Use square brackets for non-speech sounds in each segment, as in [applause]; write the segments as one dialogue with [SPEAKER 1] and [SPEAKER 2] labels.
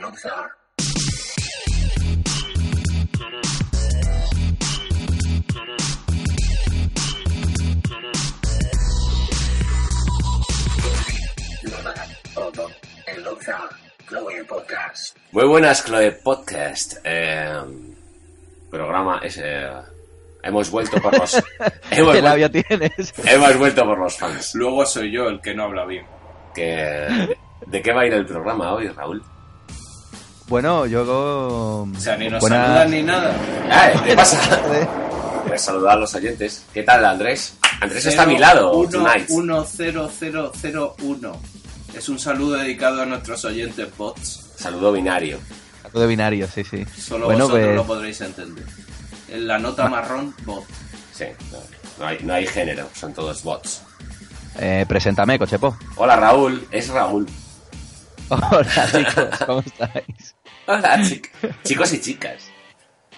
[SPEAKER 1] pasar. Todo en Loza, Chloe Podcast.
[SPEAKER 2] Muy buenas, Chloe Podcast. Eh, programa es, eh, hemos vuelto por los. hemos,
[SPEAKER 3] ¿Qué
[SPEAKER 2] vuel-
[SPEAKER 3] labia tienes? [laughs]
[SPEAKER 2] hemos vuelto por los fans.
[SPEAKER 4] Luego soy yo el que no habla bien.
[SPEAKER 2] Que- ¿De qué va a ir el programa hoy, Raúl?
[SPEAKER 3] Bueno, yo hago...
[SPEAKER 4] O sea, ni nos
[SPEAKER 3] Buenas-
[SPEAKER 4] saludan ni nada.
[SPEAKER 2] Ah, ¿Qué pasa? Voy a saludar a los oyentes. ¿Qué tal, Andrés? Andrés está a mi lado. tonight.
[SPEAKER 4] 11001. Es un saludo dedicado a nuestros oyentes bots.
[SPEAKER 2] Saludo binario.
[SPEAKER 3] Algo de binario, sí, sí.
[SPEAKER 4] Solo
[SPEAKER 3] bueno,
[SPEAKER 4] vosotros
[SPEAKER 3] pues,
[SPEAKER 4] lo podréis entender. En la
[SPEAKER 2] Ah.
[SPEAKER 4] nota marrón, bot.
[SPEAKER 2] Sí, no, no hay, no hay género, son todos bots.
[SPEAKER 3] eh, preséntame, Cochepo.
[SPEAKER 2] Hola, Raúl. Es Raúl.
[SPEAKER 3] [laughs] Hola, chicos, ¿cómo estáis?
[SPEAKER 2] Hola, chic- chicos y chicas.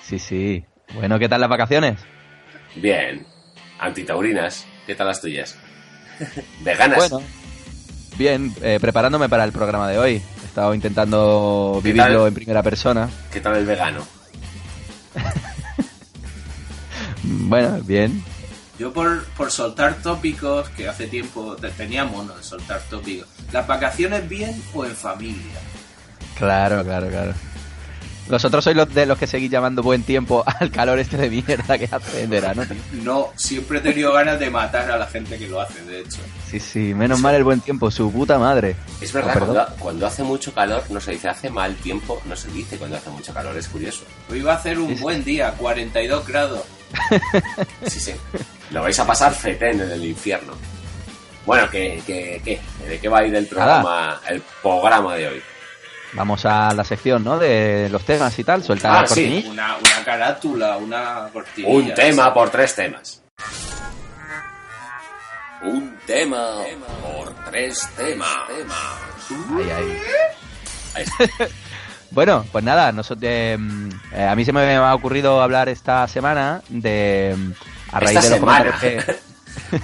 [SPEAKER 3] Sí, sí. Bueno, ¿qué tal las vacaciones?
[SPEAKER 2] Bien. Antitaurinas. ¿Qué tal las tuyas? [laughs] Veganas.
[SPEAKER 3] Bueno, bien, eh, preparándome para el programa de hoy. He estado intentando
[SPEAKER 2] ¿Qué
[SPEAKER 3] vivirlo
[SPEAKER 2] tal?
[SPEAKER 3] en primera persona.
[SPEAKER 2] ¿Qué tal el vegano?
[SPEAKER 3] Mm, Bueno, bien.
[SPEAKER 4] Yo por, por soltar tópicos, que hace tiempo te- tenía mono de soltar tópicos. ¿Las vacaciones bien o en familia?
[SPEAKER 3] Claro, claro, claro. Vosotros sois los de los que seguís llamando buen tiempo [laughs] al calor este de mierda que hace en verano, tío.
[SPEAKER 4] No, siempre he tenido ganas de matar a la gente que lo hace, de hecho.
[SPEAKER 3] Sí, sí, menos mal el buen tiempo, su puta madre.
[SPEAKER 2] Es
[SPEAKER 3] Oh,
[SPEAKER 2] verdad,
[SPEAKER 3] perdón.
[SPEAKER 2] cuando, cuando hace mucho calor no se dice hace mal tiempo, no se dice cuando hace mucho calor, es curioso.
[SPEAKER 4] Hoy va a hacer un buen día, 42 grados.
[SPEAKER 2] Sí, sí. Lo vais a pasar fetén en el infierno. Bueno, ¿qué, qué, qué? ¿de qué va a ir el programa, el programa de hoy?
[SPEAKER 3] Vamos a la sección, ¿no? De los temas y tal, suelta
[SPEAKER 2] Ah,
[SPEAKER 3] la
[SPEAKER 2] sí.
[SPEAKER 3] cortinilla.
[SPEAKER 4] Una, una carátula, una cortina.
[SPEAKER 2] Un tema por tres temas. Un tema por tres temas.
[SPEAKER 3] Ahí, ahí.
[SPEAKER 2] Ahí está.
[SPEAKER 3] Bueno, pues nada, nosotros, eh, mm, eh, a mí se me ha ocurrido hablar esta semana de... mm, A raíz
[SPEAKER 2] Esta
[SPEAKER 3] de los
[SPEAKER 2] semana.
[SPEAKER 3] comentarios que-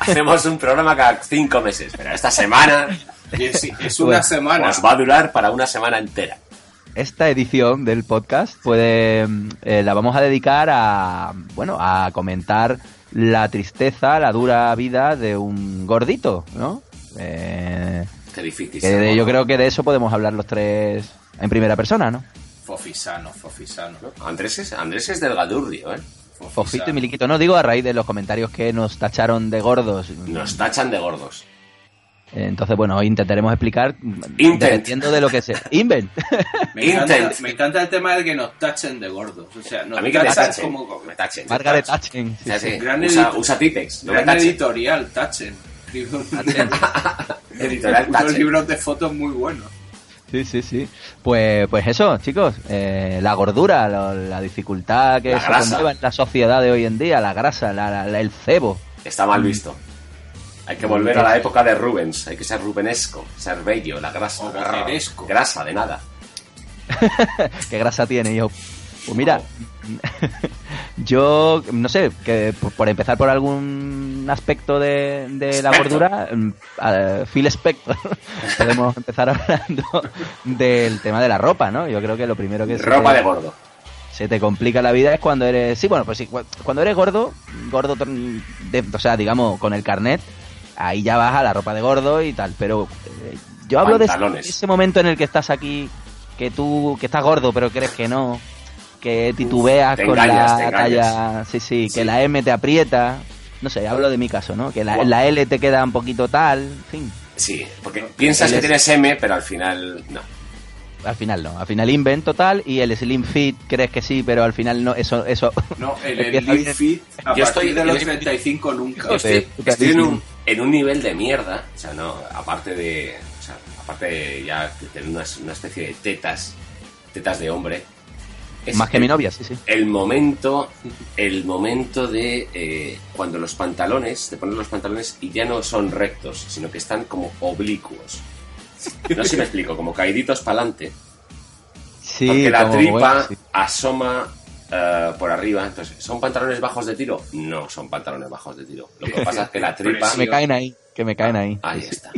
[SPEAKER 2] Hacemos un programa cada cinco meses, pero esta semana
[SPEAKER 4] Es, es una
[SPEAKER 2] Pues,
[SPEAKER 3] Bueno,
[SPEAKER 4] semana.
[SPEAKER 2] nos va a durar para una semana entera.
[SPEAKER 3] Esta edición del podcast puede, mm, eh, la vamos a dedicar a, bueno, a comentar la tristeza, la dura vida de un gordito, ¿no? Eh,
[SPEAKER 2] Qué difícil.
[SPEAKER 3] que
[SPEAKER 2] ser
[SPEAKER 3] de- yo
[SPEAKER 2] gordo.
[SPEAKER 3] creo que de eso podemos hablar los tres en primera persona, ¿no?
[SPEAKER 4] Fofisano, Fofisano.
[SPEAKER 2] Andrés es, Andrés es delgadurrio, ¿eh?
[SPEAKER 4] Fofisano.
[SPEAKER 3] Fofito y Miliquito, no digo a raíz de los comentarios que nos tacharon de gordos.
[SPEAKER 2] Nos tachan de gordos.
[SPEAKER 3] Entonces, bueno, hoy intentaremos explicar mm,
[SPEAKER 2] Invent.
[SPEAKER 3] dependiendo de
[SPEAKER 2] [laughs]
[SPEAKER 3] lo que sea. Invent. [laughs]
[SPEAKER 4] Me encanta,
[SPEAKER 2] Intent.
[SPEAKER 4] me encanta el tema de que nos tachen de gordos. O sea, nos
[SPEAKER 2] A mí que me
[SPEAKER 4] tachan
[SPEAKER 2] tachen.
[SPEAKER 4] como
[SPEAKER 2] Me tachen.
[SPEAKER 3] Margaret Thatcher.
[SPEAKER 2] O sea, sí,
[SPEAKER 4] Gran
[SPEAKER 2] usa,
[SPEAKER 4] edit-
[SPEAKER 2] usa Titex, no me
[SPEAKER 4] gran
[SPEAKER 2] tachen.
[SPEAKER 4] editorial, tachen. [laughs] Escribe un-
[SPEAKER 2] Editorial
[SPEAKER 4] unos
[SPEAKER 2] tachen.
[SPEAKER 4] libros de fotos muy buenos.
[SPEAKER 3] Sí, sí, sí. Pues, pues eso, chicos. eh, la gordura, lo- la dificultad que
[SPEAKER 2] La
[SPEAKER 3] se
[SPEAKER 2] grasa.
[SPEAKER 3] conlleva en la sociedad de hoy en día, la grasa, la- la- la- el cebo.
[SPEAKER 2] Está mal visto. Hay que volver a la época de Rubens. Hay que ser rubenesco, ser bello, la grasa.
[SPEAKER 4] O boceresco.
[SPEAKER 2] Grasa de nada.
[SPEAKER 3] ¿Qué grasa tiene? Y yo, pues mira, [laughs] yo no sé, que por, por empezar por algún aspecto de, de la
[SPEAKER 2] Spector.
[SPEAKER 3] gordura, mm, a- Phil Spector, [laughs] podemos empezar hablando del tema de la ropa, ¿no? Yo creo que lo primero que se
[SPEAKER 2] Ropa
[SPEAKER 3] te-
[SPEAKER 2] de gordo.
[SPEAKER 3] se te complica la vida es cuando eres. Sí, bueno, pues sí, cu- cuando eres gordo, gordo, tr- de- o sea, digamos, con el carnet, ahí ya vas a la ropa de gordo y tal. Pero eh, yo hablo de ese,
[SPEAKER 2] Pantalones.
[SPEAKER 3] ese momento en el que estás aquí, que tú, que estás gordo, pero crees que no, que titubeas
[SPEAKER 2] te
[SPEAKER 3] con
[SPEAKER 2] engañas, te
[SPEAKER 3] la
[SPEAKER 2] engañas.
[SPEAKER 3] talla, sí, sí, que
[SPEAKER 2] Sí.
[SPEAKER 3] la M te aprieta. No sé, hablo de mi caso, ¿no? Que la,
[SPEAKER 2] Guau.
[SPEAKER 3] la L te queda un poquito tal, en fin.
[SPEAKER 2] Sí, porque piensas
[SPEAKER 3] él
[SPEAKER 2] que
[SPEAKER 3] es-
[SPEAKER 2] tienes M, pero al final no.
[SPEAKER 3] Al final no, al final invent total y el slim fit crees que sí, pero al final no, eso, eso [laughs]
[SPEAKER 4] No, en el
[SPEAKER 3] Empieza bien.
[SPEAKER 4] Lean Fit, a
[SPEAKER 2] Yo
[SPEAKER 4] partir
[SPEAKER 2] estoy-
[SPEAKER 4] de los
[SPEAKER 2] yo-
[SPEAKER 4] 35 nunca.
[SPEAKER 3] Yo
[SPEAKER 2] Estoy,
[SPEAKER 3] puta,
[SPEAKER 2] estoy en,
[SPEAKER 3] sí.
[SPEAKER 2] un, en un nivel de mierda, o sea, no, aparte de, o sea, aparte de ya de tener unas- una especie de tetas, tetas de hombre. es
[SPEAKER 3] más que
[SPEAKER 2] el-
[SPEAKER 3] mi novia, sí, sí.
[SPEAKER 2] El momento, el momento de eh, cuando los pantalones, te pones los pantalones y ya no son rectos, sino que están como oblicuos. No sé si me explico, como caíditos para adelante.
[SPEAKER 3] Sí,
[SPEAKER 2] porque la
[SPEAKER 3] como,
[SPEAKER 2] tripa
[SPEAKER 3] bueno, sí.
[SPEAKER 2] asoma eh, por arriba. Entonces, ¿son pantalones bajos de tiro? No son pantalones bajos de tiro. Lo que pasa es que la tripa.
[SPEAKER 3] Que me caen ahí, que me caen ahí.
[SPEAKER 2] Ahí está.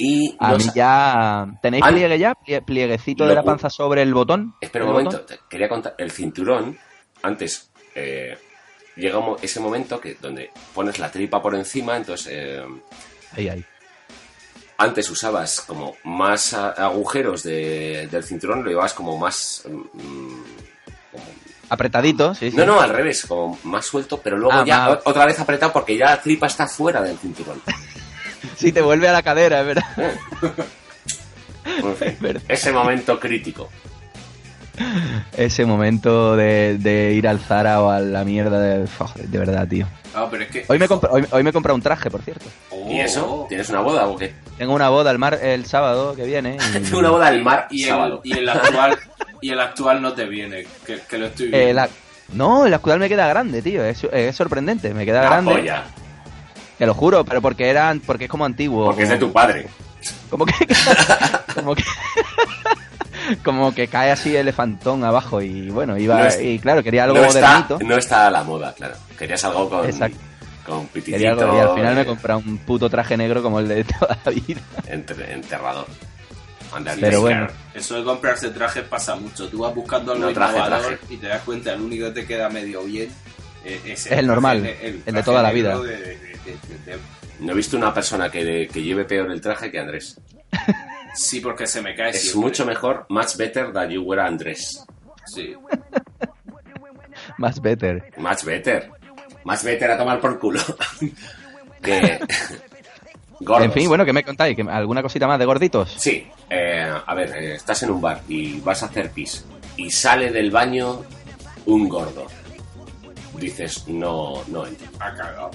[SPEAKER 2] Y
[SPEAKER 3] A
[SPEAKER 2] nos-
[SPEAKER 3] mí ya. ¿Tenéis
[SPEAKER 2] Ah,
[SPEAKER 3] pliegue ya? Plie- Plieguecito de la
[SPEAKER 2] loco.
[SPEAKER 3] panza sobre el botón.
[SPEAKER 2] Espera
[SPEAKER 3] ¿El
[SPEAKER 2] un momento,
[SPEAKER 3] botón?
[SPEAKER 2] te quería contar. El cinturón, antes, eh, llega un mo- ese momento que donde pones la tripa por encima, entonces eh,
[SPEAKER 3] Ahí, ahí.
[SPEAKER 2] antes usabas como más a- agujeros de- del cinturón, lo llevabas como más... mm, como-
[SPEAKER 3] Apretadito, sí. sí.
[SPEAKER 2] no, no, al revés, como más suelto, pero luego
[SPEAKER 3] Ah,
[SPEAKER 2] ya
[SPEAKER 3] más-
[SPEAKER 2] o- otra vez apretado porque ya la tripa está fuera del
[SPEAKER 3] [laughs]
[SPEAKER 2] cinturón.
[SPEAKER 3] Sí, te vuelve a la cadera, es verdad.
[SPEAKER 2] [laughs] En fin,
[SPEAKER 3] Es verdad.
[SPEAKER 2] ese momento crítico.
[SPEAKER 3] Ese momento de, de ir al Zara o a la mierda de. Fo, de verdad, tío.
[SPEAKER 4] Ah, pero es que.
[SPEAKER 3] Hoy me, he compra- hoy, hoy me he comprado un traje, por cierto.
[SPEAKER 4] Oh.
[SPEAKER 2] ¿Y eso? ¿Tienes una boda o qué?
[SPEAKER 3] Tengo una boda el, mar, el sábado que viene.
[SPEAKER 2] [laughs]
[SPEAKER 3] y-
[SPEAKER 2] Tengo una boda al mar
[SPEAKER 4] Y el,
[SPEAKER 2] sábado.
[SPEAKER 4] y el actual. y el actual no te viene, que, que lo estoy viendo.
[SPEAKER 3] Eh, la- no, el actual me queda grande, tío. Es, es sorprendente, me queda
[SPEAKER 2] La
[SPEAKER 3] grande.
[SPEAKER 2] polla,
[SPEAKER 3] Te lo juro, pero porque eran, porque es como antiguo.
[SPEAKER 2] porque es de
[SPEAKER 3] como-
[SPEAKER 2] tu padre. [laughs]
[SPEAKER 3] Como que. como que. como que cae así elefantón abajo y bueno, iba.
[SPEAKER 2] No es-
[SPEAKER 3] y claro, quería algo
[SPEAKER 2] no, está,
[SPEAKER 3] modernito.
[SPEAKER 2] no está a la moda, claro. Querías algo con,
[SPEAKER 3] Exacto.
[SPEAKER 2] con pititito,
[SPEAKER 3] Quería algo- y al final me
[SPEAKER 2] eh,
[SPEAKER 3] he comprado un puto traje negro como el de toda la vida. [laughs]
[SPEAKER 2] enter- enterrador. Andar bien,
[SPEAKER 3] Pero bueno.
[SPEAKER 2] claro.
[SPEAKER 4] Eso de comprarse trajes pasa mucho. Tú vas buscando algo
[SPEAKER 2] No, traje,
[SPEAKER 4] innovador
[SPEAKER 2] traje.
[SPEAKER 4] y te das cuenta, el único que te queda medio bien eh, es,
[SPEAKER 3] el normal, el de
[SPEAKER 4] traje
[SPEAKER 3] toda la
[SPEAKER 4] negro
[SPEAKER 3] vida.
[SPEAKER 4] de- de- de- de- de-
[SPEAKER 2] No he visto una persona que, que lleve peor el traje que Andrés.
[SPEAKER 4] Sí, porque se me cae
[SPEAKER 2] Es
[SPEAKER 4] siempre.
[SPEAKER 2] mucho mejor, much better than you were Andrés.
[SPEAKER 4] Sí.
[SPEAKER 3] Más better.
[SPEAKER 2] Much better. Much better a tomar por culo. [laughs]
[SPEAKER 3] [laughs]
[SPEAKER 2] que... Gordos.
[SPEAKER 3] En fin, bueno, ¿qué me contáis? ¿Que- ¿Alguna cosita más de gorditos?
[SPEAKER 2] Sí, eh, a ver, eh, estás en un bar y vas a hacer pis y sale del baño un gordo. Dices, no, no entra.
[SPEAKER 4] Ha cagado.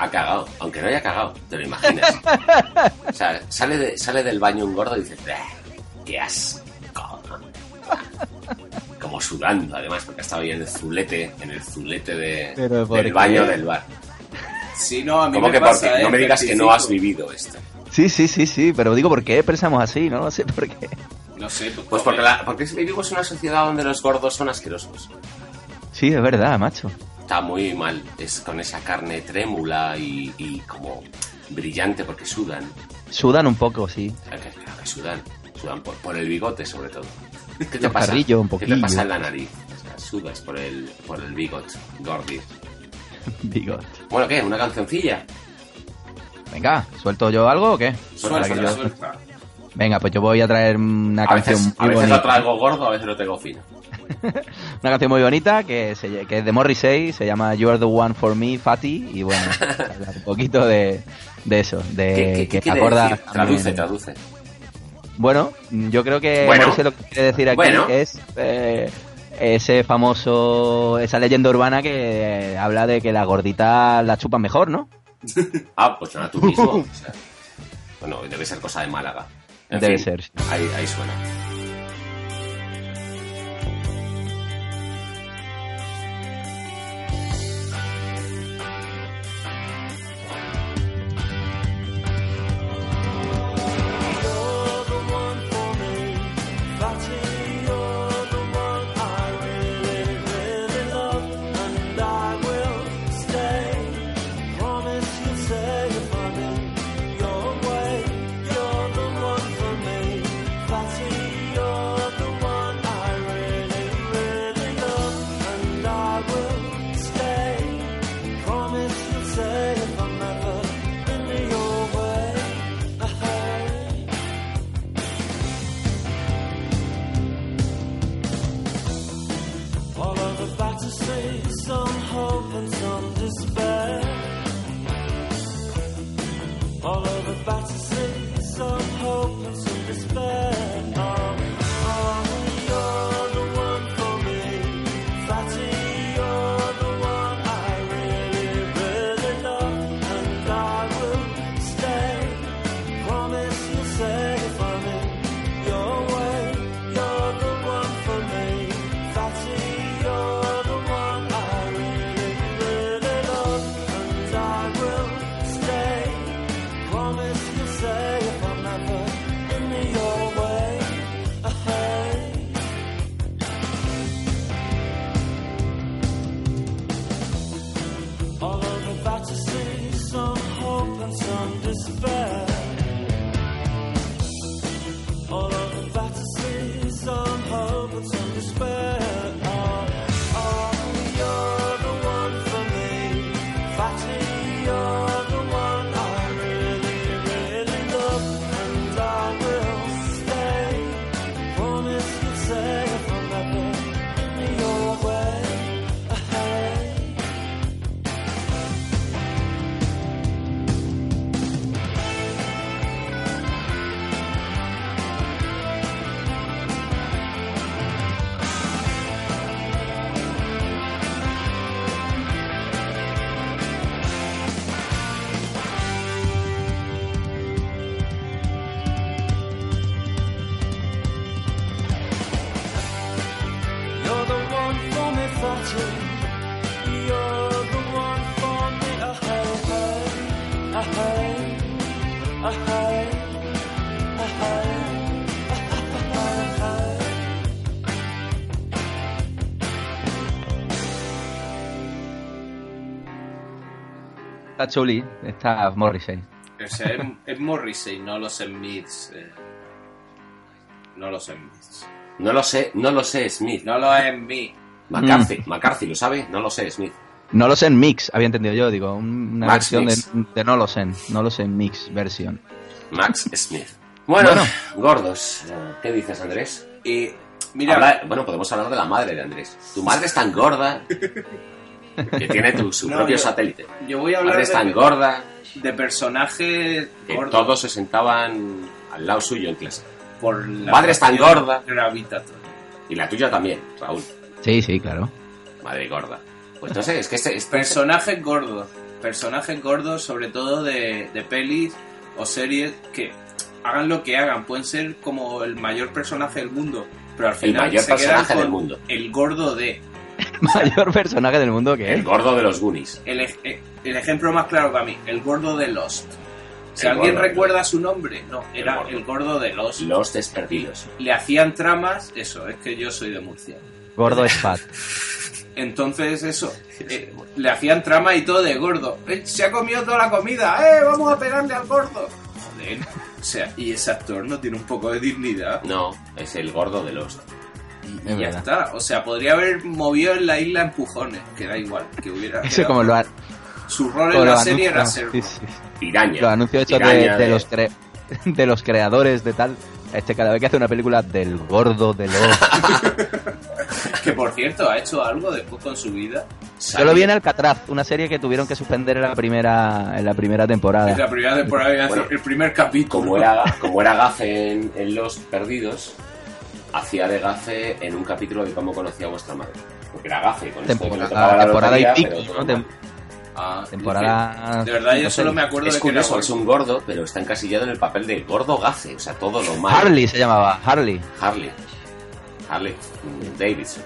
[SPEAKER 2] Ha cagado, aunque no haya cagado, te lo imaginas. o sea, sale, de- sale del baño un gordo y dices, "Bah, ¡qué asco! Como sudando, además, porque estaba ahí en el zulete, en el zulete de-
[SPEAKER 3] Pero, ¿por
[SPEAKER 2] del baño
[SPEAKER 3] qué?
[SPEAKER 2] del bar.
[SPEAKER 4] Sí, no, a mí
[SPEAKER 2] Como
[SPEAKER 4] me
[SPEAKER 2] que
[SPEAKER 4] pasa,
[SPEAKER 2] porque
[SPEAKER 4] eh,
[SPEAKER 2] no me digas que no has
[SPEAKER 4] rectifico.
[SPEAKER 2] vivido esto.
[SPEAKER 3] Sí, sí, sí, sí, pero digo, ¿por qué pensamos así? No lo sé por qué.
[SPEAKER 4] No sé,
[SPEAKER 2] Pues porque, la- porque vivimos en una sociedad donde los gordos son asquerosos.
[SPEAKER 3] Sí, es verdad, macho.
[SPEAKER 2] está muy mal. Es con esa carne trémula y, y como brillante porque sudan.
[SPEAKER 3] Sudan un poco, sí. [laughs]
[SPEAKER 2] Claro que, claro que sudan. Sudan por, por el bigote sobre todo. ¿Qué
[SPEAKER 3] Los carrillos, un
[SPEAKER 2] ¿Qué te
[SPEAKER 3] poquillo.
[SPEAKER 2] pasa en la nariz? O sea, sudas por el, por el bigot, gordi.
[SPEAKER 3] Digo.
[SPEAKER 2] Bueno, ¿qué? ¿Una cancioncilla?
[SPEAKER 3] Venga, ¿suelto yo algo o qué?
[SPEAKER 2] Para que
[SPEAKER 4] Suelta,
[SPEAKER 2] yo-
[SPEAKER 4] suelta.
[SPEAKER 3] Venga, pues yo voy a traer una
[SPEAKER 2] A
[SPEAKER 3] canción
[SPEAKER 2] veces, a
[SPEAKER 3] muy
[SPEAKER 2] veces lo
[SPEAKER 3] bonita.
[SPEAKER 2] traigo gordo, a veces lo traigo fino.
[SPEAKER 3] Una canción muy bonita que, se lle- que es de Morrissey, se llama You Are the One for Me, Fatty,
[SPEAKER 2] [laughs]
[SPEAKER 3] y bueno, habla un poquito de, de eso,
[SPEAKER 2] ¿Qué, qué-
[SPEAKER 3] de
[SPEAKER 2] qué
[SPEAKER 3] Eh, que
[SPEAKER 2] quiere
[SPEAKER 3] acorda.
[SPEAKER 2] decir?
[SPEAKER 3] también-
[SPEAKER 2] Traduce, traduce.
[SPEAKER 3] Bueno, yo creo que
[SPEAKER 2] Bueno.
[SPEAKER 3] Morrissey lo que quiere decir aquí
[SPEAKER 2] Bueno.
[SPEAKER 3] es eh, ese famoso, esa leyenda urbana que eh, habla de que las gorditas la chupan mejor, ¿no?
[SPEAKER 2] Ah, pues nada, tú mismo. O sea, bueno, debe ser cosa de Málaga. En
[SPEAKER 3] Debe
[SPEAKER 2] fin,
[SPEAKER 3] ser. sí.
[SPEAKER 2] Ahí, ahí suena.
[SPEAKER 5] All of the fantasy, some hope and some despair. All of the fantasy, some hope and some despair. Oh, oh, you're the one for me. Fatty, you're the one I really, really love. And I will stay. Promise you'll stay if I'm in your way. You're the one for me. Fatty, you're the one I really, really love. And I will stay. Promise Oh,
[SPEAKER 3] Está Chuli, está Morrissey.
[SPEAKER 4] O sea, es, es Morrissey, no los Smiths. eh. No los Smiths.
[SPEAKER 2] No lo sé, no lo sé, Smith.
[SPEAKER 4] No los Smiths.
[SPEAKER 3] Mm.
[SPEAKER 2] McCarthy, McCarthy, ¿lo sabe? No lo sé, Smith.
[SPEAKER 3] No lo sé en mix, había entendido yo, digo, un- una
[SPEAKER 2] Max
[SPEAKER 3] versión
[SPEAKER 2] Mix.
[SPEAKER 3] de, de no lo sé, no lo sé en mix versión.
[SPEAKER 2] Max Smith. Bueno,
[SPEAKER 3] Bueno.
[SPEAKER 2] gordos, eh, ¿qué dices, Andrés?
[SPEAKER 4] Y mira,
[SPEAKER 2] Habla- bueno, podemos hablar de la madre de Andrés. Tu madre es tan gorda que tiene tu- su
[SPEAKER 4] [laughs] No,
[SPEAKER 2] propio
[SPEAKER 4] yo-
[SPEAKER 2] satélite.
[SPEAKER 4] yo voy a
[SPEAKER 2] Tu madre
[SPEAKER 4] hablar
[SPEAKER 2] es tan
[SPEAKER 4] de,
[SPEAKER 2] gorda
[SPEAKER 4] de personajes
[SPEAKER 2] que
[SPEAKER 4] gordos
[SPEAKER 2] todos se sentaban al lado suyo en clase.
[SPEAKER 4] por la
[SPEAKER 2] Madre es tan
[SPEAKER 4] gravitación-
[SPEAKER 2] gorda.
[SPEAKER 4] gravitatoria.
[SPEAKER 2] Y la tuya también, Raúl.
[SPEAKER 3] Sí, sí, claro. [laughs]
[SPEAKER 2] Madre gorda. Pues no sé, es que este, este-
[SPEAKER 4] Personajes gordos. Personajes gordos, sobre todo de, de pelis o series que hagan lo que hagan. Pueden ser como el mayor personaje del mundo, pero al final
[SPEAKER 2] mayor
[SPEAKER 4] se quedan
[SPEAKER 2] personaje
[SPEAKER 4] con
[SPEAKER 2] del mundo.
[SPEAKER 4] El gordo de.
[SPEAKER 3] Mayor personaje del mundo que
[SPEAKER 2] el
[SPEAKER 3] es.
[SPEAKER 2] gordo de los Goonies.
[SPEAKER 4] El, ej- eh, el ejemplo más claro para mí, el gordo de Lost. Si
[SPEAKER 2] El
[SPEAKER 4] alguien
[SPEAKER 2] gordo de
[SPEAKER 4] recuerda su nombre, no, era
[SPEAKER 2] gordo.
[SPEAKER 4] el gordo de Lost.
[SPEAKER 2] Los desperdidos.
[SPEAKER 4] Le hacían tramas, eso, es que yo soy de Murcia.
[SPEAKER 3] Gordo es [laughs] fat.
[SPEAKER 4] Entonces eso, eh, le hacían trama y todo de gordo. Eh, Se ha comido toda la comida, ¡eh! Vamos a pegarle al gordo. Joder. O sea, y ese actor no tiene un poco de dignidad.
[SPEAKER 2] No, es el gordo de los.
[SPEAKER 4] Y,
[SPEAKER 3] Es
[SPEAKER 4] ya
[SPEAKER 3] verdad.
[SPEAKER 4] está. O sea, podría haber movido en la isla empujones, que da igual,
[SPEAKER 3] [laughs]
[SPEAKER 4] que hubiera.
[SPEAKER 3] Eso
[SPEAKER 4] quedado.
[SPEAKER 3] como lo, ha-
[SPEAKER 4] Su rol
[SPEAKER 3] como
[SPEAKER 4] en la
[SPEAKER 3] lo
[SPEAKER 4] serie era
[SPEAKER 3] anuncia-
[SPEAKER 4] ser.
[SPEAKER 3] sí,
[SPEAKER 4] eh.
[SPEAKER 3] sí, sí.
[SPEAKER 2] Piraña.
[SPEAKER 3] Los anuncios hechos de,
[SPEAKER 2] Piraña
[SPEAKER 3] de los cre- [laughs] de los creadores de tal. Este cada vez que hace una película del gordo de
[SPEAKER 4] [laughs]
[SPEAKER 3] los.
[SPEAKER 4] Que por cierto, ha hecho algo después con su vida.
[SPEAKER 3] Yo lo vi en Alcatraz, una serie que tuvieron que suspender en la primera, en la primera
[SPEAKER 4] En la
[SPEAKER 3] temporada.
[SPEAKER 4] primera temporada, iba a decir,
[SPEAKER 2] Bueno,
[SPEAKER 4] el primer capítulo.
[SPEAKER 2] como era, como era Gafe en, en Los Perdidos, hacía de Gafe en un capítulo de cómo conocía a vuestra madre. Porque era Gafe, con esto que le tocaba
[SPEAKER 3] Temporada,
[SPEAKER 2] la
[SPEAKER 3] temporada y
[SPEAKER 2] lotería,
[SPEAKER 3] pico,
[SPEAKER 2] pero todo
[SPEAKER 3] ¿no?
[SPEAKER 2] mal.
[SPEAKER 3] Tem-
[SPEAKER 4] Ah,
[SPEAKER 3] temporada.
[SPEAKER 4] De verdad, yo
[SPEAKER 3] no sé.
[SPEAKER 4] solo me acuerdo
[SPEAKER 2] Es
[SPEAKER 4] de que era
[SPEAKER 2] curioso, es
[SPEAKER 4] gordo.
[SPEAKER 2] un gordo, pero está encasillado en el papel de gordo Gafe, o sea, todo lo malo.
[SPEAKER 3] Harley se llamaba, Harley,
[SPEAKER 2] Harley. Harley mm, Davidson.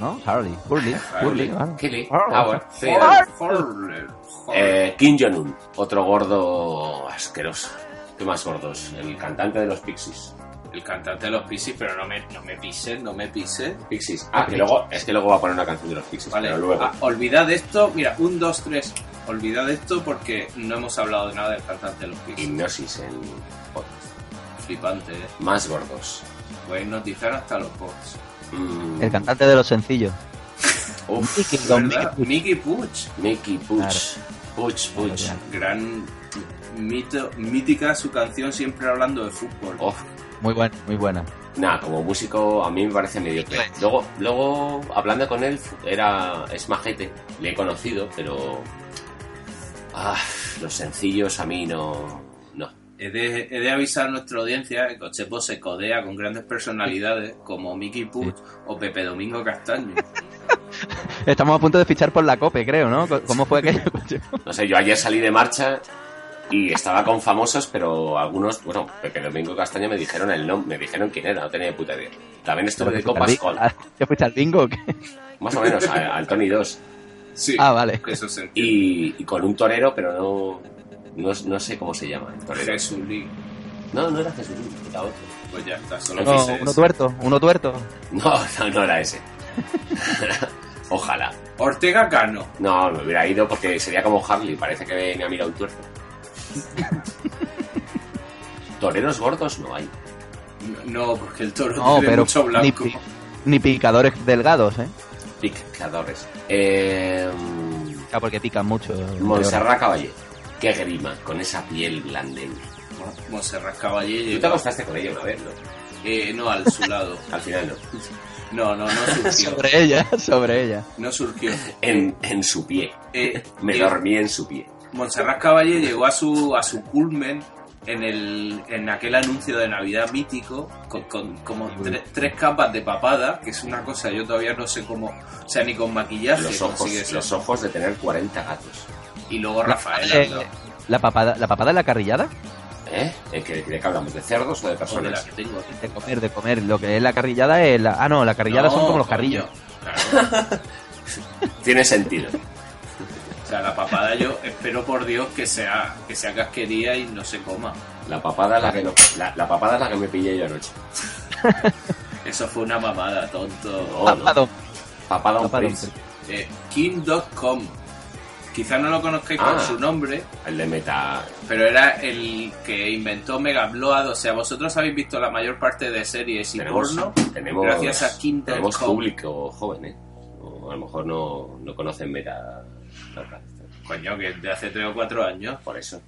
[SPEAKER 3] ¿no? Harley, Hurley, Hurley, ah.
[SPEAKER 2] Kelly.
[SPEAKER 3] Ah,
[SPEAKER 2] Howard. Sí.
[SPEAKER 4] Joder, joder.
[SPEAKER 2] Eh, Kim Jong-un, otro gordo asqueroso. ¿Qué más gordos? El cantante de los Pixies.
[SPEAKER 4] El cantante de los Pixies, pero no me, no me pises, no me pises.
[SPEAKER 2] Pixies. Ah, que luego, es que luego va a poner una canción de los Pixies,
[SPEAKER 4] Vale,
[SPEAKER 2] pero luego.
[SPEAKER 4] ah, olvidad esto, mira, un, dos, tres. Olvidad esto porque no hemos hablado de nada del cantante de los Pixies.
[SPEAKER 2] Hipnosis en podcast.
[SPEAKER 4] Flipante, ¿eh?
[SPEAKER 2] Más gordos.
[SPEAKER 4] Puede hipnotizar hasta los bots.
[SPEAKER 2] Mm,
[SPEAKER 3] el cantante de los sencillos.
[SPEAKER 2] uf,
[SPEAKER 3] Mickey, don
[SPEAKER 4] ¿Verdad? Mickey Puch,
[SPEAKER 2] Mickey Puch. Puch, Puch.
[SPEAKER 3] Claro.
[SPEAKER 4] gran mito, mítica su canción siempre hablando de fútbol.
[SPEAKER 2] Uf.
[SPEAKER 3] Mickey. Muy buena, muy buena.
[SPEAKER 2] Nada, como músico a mí me parece mediocre.
[SPEAKER 3] Claro.
[SPEAKER 2] Luego, luego hablando con él, era es majete, le he conocido, pero ah, los sencillos a mí no, no.
[SPEAKER 4] He de, he de avisar a nuestra audiencia que Cochepo se codea con grandes personalidades como Mickey Puch o Pepe Domingo Castaño.
[SPEAKER 3] Estamos a punto de fichar por la COPE, creo, ¿no? ¿Cómo fue
[SPEAKER 4] [laughs]
[SPEAKER 3] aquello?
[SPEAKER 2] No sé, yo ayer salí de marcha y estaba con famosos, pero algunos, bueno, Pepe Domingo Castaño me dijeron el nombre, me dijeron quién era, no tenía ni puta idea. También estuve de copas con,
[SPEAKER 3] ¿Qué fuiste al bingo? o qué?
[SPEAKER 2] más o menos, a- al Tony 2
[SPEAKER 4] Sí,
[SPEAKER 3] Ah, vale.
[SPEAKER 4] eso se entiende.
[SPEAKER 2] y, y con un torero, pero no, no, no sé cómo se llama. el torero.
[SPEAKER 4] Jesús Lee.
[SPEAKER 2] No, no era Jesús, era otro.
[SPEAKER 4] Pues ya está, solo
[SPEAKER 3] No,
[SPEAKER 4] dices-
[SPEAKER 3] uno tuerto, uno tuerto.
[SPEAKER 2] No, no, no era ese. Ojalá.
[SPEAKER 4] Ortega Cano.
[SPEAKER 2] No, me hubiera ido porque sería como Harley, parece que me ha mirado un tuerto. Toreros gordos no hay.
[SPEAKER 4] No, porque el toro
[SPEAKER 3] No,
[SPEAKER 4] tiene
[SPEAKER 3] pero
[SPEAKER 4] mucho
[SPEAKER 3] ni,
[SPEAKER 4] blanco.
[SPEAKER 3] pi- ni picadores delgados, ¿eh?
[SPEAKER 2] Picadores. Eh,
[SPEAKER 3] O sea, porque pican mucho.
[SPEAKER 2] Montserrat Caballé. Qué grima, con esa piel blandengue.
[SPEAKER 4] Monserrat Caballé
[SPEAKER 2] Tú te
[SPEAKER 4] llegó,
[SPEAKER 2] acostaste con ella una vez, ¿no?
[SPEAKER 4] eh, no al su lado.
[SPEAKER 2] Al final no.
[SPEAKER 4] No, no, no surgió.
[SPEAKER 3] Sobre ella, [laughs] sobre ella.
[SPEAKER 4] No surgió.
[SPEAKER 2] En, en su pie.
[SPEAKER 4] Eh,
[SPEAKER 2] Me
[SPEAKER 4] eh,
[SPEAKER 2] dormí en su pie.
[SPEAKER 4] Montserrat Caballé llegó a su a su culmen en el en aquel anuncio de Navidad mítico con, con como tres, tres capas de papada, que es una cosa yo todavía no sé cómo, o sea, ni con maquillaje
[SPEAKER 2] Los
[SPEAKER 4] consigue
[SPEAKER 2] ojos,
[SPEAKER 4] eso.
[SPEAKER 2] los ojos de tener 40 gatos.
[SPEAKER 4] Y luego Rafael
[SPEAKER 3] Eh, ¿La papada, ¿La papada en la carrillada?
[SPEAKER 2] ¿Eh? ¿De qué, de qué hablamos? ¿De cerdos o de
[SPEAKER 4] de la
[SPEAKER 2] personas?
[SPEAKER 4] que tengo aquí.
[SPEAKER 3] De comer, de comer. Lo que es la carrillada es la... Ah, no, la carrillada son
[SPEAKER 4] No,
[SPEAKER 3] como los
[SPEAKER 4] coño,
[SPEAKER 3] carrillos.
[SPEAKER 4] claro.
[SPEAKER 2] Tiene sentido.
[SPEAKER 4] O sea, la papada yo espero por Dios que sea, que sea casquería y no se coma.
[SPEAKER 2] La papada es la que, no- la, la papada es la que me pillé yo anoche.
[SPEAKER 4] Eso fue una mamada, tonto.
[SPEAKER 2] No, no.
[SPEAKER 3] Tapado.
[SPEAKER 2] Papada un
[SPEAKER 3] Papada un
[SPEAKER 2] pez.
[SPEAKER 4] Eh, King.com. Quizás no lo conozcáis
[SPEAKER 2] Ah.
[SPEAKER 4] por su nombre,
[SPEAKER 2] El de meta.
[SPEAKER 4] pero era el que inventó Megabload. O sea, vosotros habéis visto la mayor parte de series y porno
[SPEAKER 2] tenemos,
[SPEAKER 4] gracias a King.com.
[SPEAKER 2] tenemos público joven, ¿eh? O a lo mejor no, no conocen meta.
[SPEAKER 4] Coño, que de hace 3 o 4 años.
[SPEAKER 2] Por eso.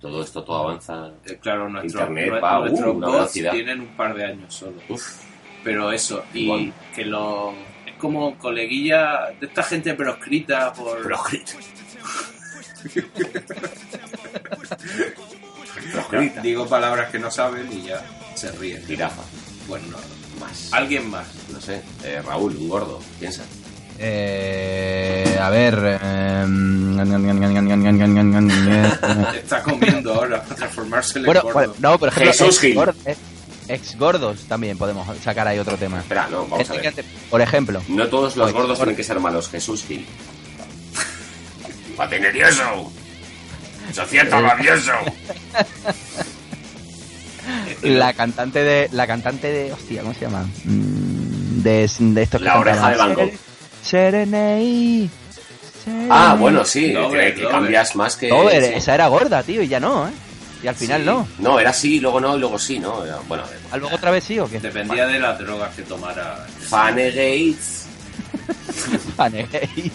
[SPEAKER 2] Todo esto, todo avanza.
[SPEAKER 4] Eh, Claro, nuestro,
[SPEAKER 2] Internet
[SPEAKER 4] nue-
[SPEAKER 2] va, uh,
[SPEAKER 4] nuestros
[SPEAKER 2] una
[SPEAKER 4] bots
[SPEAKER 2] velocidad.
[SPEAKER 4] tienen un par de años solo.
[SPEAKER 2] Uf,
[SPEAKER 4] Pero eso, y
[SPEAKER 2] Igual.
[SPEAKER 4] que lo. Es como coleguilla de esta gente proscrita por.
[SPEAKER 2] proscrita.
[SPEAKER 4] Ya,
[SPEAKER 2] proscrita.
[SPEAKER 4] Digo palabras que no saben y ya se ríen.
[SPEAKER 2] Jirafa.
[SPEAKER 4] Bueno, no.
[SPEAKER 2] Más.
[SPEAKER 4] alguien más.
[SPEAKER 2] No sé. Eh, Raúl, un gordo. Piensa.
[SPEAKER 3] Eh, a ver. em,
[SPEAKER 4] Está comiendo ahora para transformarse
[SPEAKER 3] [laughs]
[SPEAKER 4] en
[SPEAKER 3] Bueno,
[SPEAKER 4] gordo.
[SPEAKER 3] bueno, no, por ejemplo,
[SPEAKER 2] Jesús Gil.
[SPEAKER 3] exgor- eh, exgordos también podemos sacar ahí otro tema.
[SPEAKER 2] Espera, no, vamos a
[SPEAKER 3] Gente Este que
[SPEAKER 2] ver.
[SPEAKER 3] hace- Por ejemplo,
[SPEAKER 2] No todos los
[SPEAKER 3] Oye,
[SPEAKER 2] gordos
[SPEAKER 3] por-
[SPEAKER 2] tienen que ser malos, Jesús Gil. ¡Patinerioso! ¡Lo siento, rabioso!
[SPEAKER 3] la cantante de. La cantante de. Hostia, ¿cómo se llama? Mm, De, de estos que
[SPEAKER 2] La oreja
[SPEAKER 3] cantaban.
[SPEAKER 2] de Van Gogh.
[SPEAKER 3] Serenei. Serenei.
[SPEAKER 2] Ah, bueno, sí,
[SPEAKER 4] Dover,
[SPEAKER 2] que, que
[SPEAKER 4] Dover.
[SPEAKER 2] cambias más que.
[SPEAKER 3] Dover,
[SPEAKER 2] sí.
[SPEAKER 3] esa era gorda, tío, y ya no, ¿eh? Y al final
[SPEAKER 4] Sí.
[SPEAKER 3] no.
[SPEAKER 2] No, era sí, luego no, y luego sí, ¿no? Era- Bueno,
[SPEAKER 3] ¿A luego otra vez sí o qué?
[SPEAKER 4] Dependía de las drogas que tomara.
[SPEAKER 2] Fanegates.
[SPEAKER 3] Fanegai.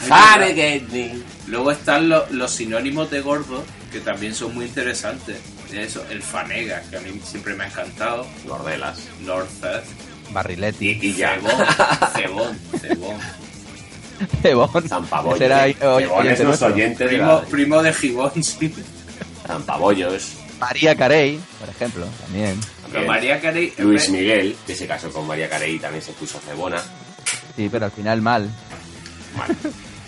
[SPEAKER 2] Fanegates.
[SPEAKER 4] Luego están lo- los sinónimos de gordo, que también son muy interesantes. Eso, el fanega, que a mí siempre me ha encantado.
[SPEAKER 2] Gordelas.
[SPEAKER 4] Northwest,
[SPEAKER 3] Barriletti.
[SPEAKER 2] Y, y ya.
[SPEAKER 4] cebón,
[SPEAKER 2] [laughs]
[SPEAKER 4] cebón, cebón.
[SPEAKER 3] [laughs] Cebón.
[SPEAKER 2] Zampabollos.
[SPEAKER 3] Ese era, eh,
[SPEAKER 2] Cebón
[SPEAKER 3] oy-
[SPEAKER 2] es
[SPEAKER 3] oyente
[SPEAKER 2] nuestro
[SPEAKER 3] nuestro.
[SPEAKER 2] oyente de
[SPEAKER 4] Primo,
[SPEAKER 2] la...
[SPEAKER 4] primo de gibón, sí.
[SPEAKER 2] Zampabollos.
[SPEAKER 3] María Carey, por ejemplo, también.
[SPEAKER 4] Pero
[SPEAKER 2] Bien.
[SPEAKER 4] María Carey. en
[SPEAKER 2] Luis
[SPEAKER 4] vez-
[SPEAKER 2] Miguel, que se casó con María Carey y también se puso cebona.
[SPEAKER 3] Sí, pero al final mal.
[SPEAKER 2] Vale.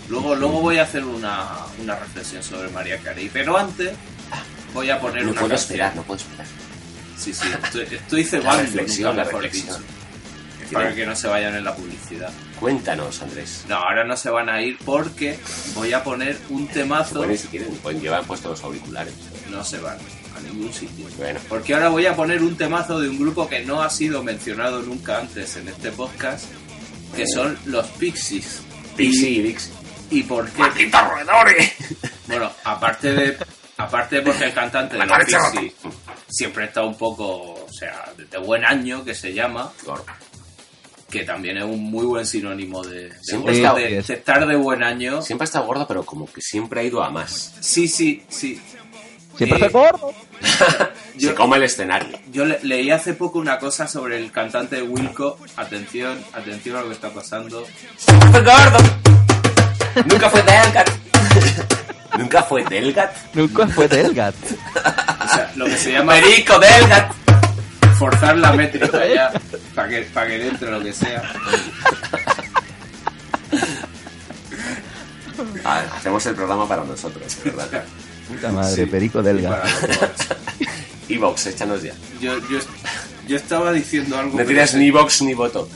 [SPEAKER 4] Luego, luego voy a hacer una, una reflexión sobre María Carey. Pero antes voy a poner
[SPEAKER 2] No
[SPEAKER 4] una
[SPEAKER 2] puedo
[SPEAKER 4] canción.
[SPEAKER 2] esperar, no puedo esperar.
[SPEAKER 4] Sí, sí, estoy, estoy
[SPEAKER 2] La
[SPEAKER 4] cebando,
[SPEAKER 2] reflexión,
[SPEAKER 4] nunca
[SPEAKER 2] la
[SPEAKER 4] mejor
[SPEAKER 2] reflexión.
[SPEAKER 4] dicho, para que no se vayan en la publicidad.
[SPEAKER 2] Cuéntanos, Andrés.
[SPEAKER 4] No, ahora no se van a ir porque voy a poner un temazo.
[SPEAKER 2] Pueden, si quieren, pueden llevar puestos los auriculares. Pues
[SPEAKER 4] No se van a ningún sitio.
[SPEAKER 2] Bueno,
[SPEAKER 4] Porque ahora voy a poner un temazo de un grupo que no ha sido mencionado nunca antes en este podcast, que son los Pixies.
[SPEAKER 2] Pixie y Dix.
[SPEAKER 4] ¿Y por qué?
[SPEAKER 2] ¡Malditos [laughs] roedores!
[SPEAKER 4] Bueno, aparte de aparte porque el cantante de los
[SPEAKER 2] Aparece
[SPEAKER 4] Pixies siempre está un poco, o sea, de, de buen año que se llama,
[SPEAKER 2] Gordo.
[SPEAKER 4] que también es un muy buen sinónimo de, de
[SPEAKER 2] Siempre
[SPEAKER 4] gordo,
[SPEAKER 2] está-
[SPEAKER 4] de- de estar de buen año.
[SPEAKER 2] Siempre está gordo, pero como que siempre ha ido a más.
[SPEAKER 4] Sí, sí, sí.
[SPEAKER 3] Siempre fue
[SPEAKER 4] Eh,
[SPEAKER 3] gordo.
[SPEAKER 4] Yo-
[SPEAKER 2] Se come el escenario.
[SPEAKER 4] Yo le- leí hace poco una cosa sobre el cantante de Wilco. Atención, atención a lo que está pasando.
[SPEAKER 2] ¡Siempre fue gordo! ¡Nunca fue Delgat! [laughs] ¿Nunca fue Delgat?
[SPEAKER 3] Nunca
[SPEAKER 2] [laughs]
[SPEAKER 3] fue Delgat.
[SPEAKER 4] O sea, lo que se llama
[SPEAKER 2] ¡Marico Delgat!
[SPEAKER 4] forzar la métrica
[SPEAKER 3] [laughs]
[SPEAKER 4] ya para que, pa' que dentro lo que sea.
[SPEAKER 2] Ah, hacemos el programa para nosotros, de ¿verdad?
[SPEAKER 3] Puta madre,
[SPEAKER 4] Sí,
[SPEAKER 3] Perico
[SPEAKER 4] y para
[SPEAKER 3] Delgat.
[SPEAKER 4] los bots.
[SPEAKER 2] Evox, échanos ya.
[SPEAKER 4] Yo, yo, yo estaba diciendo algo,
[SPEAKER 2] No
[SPEAKER 4] pero
[SPEAKER 2] tienes
[SPEAKER 4] se-
[SPEAKER 2] ni Vox ni voto.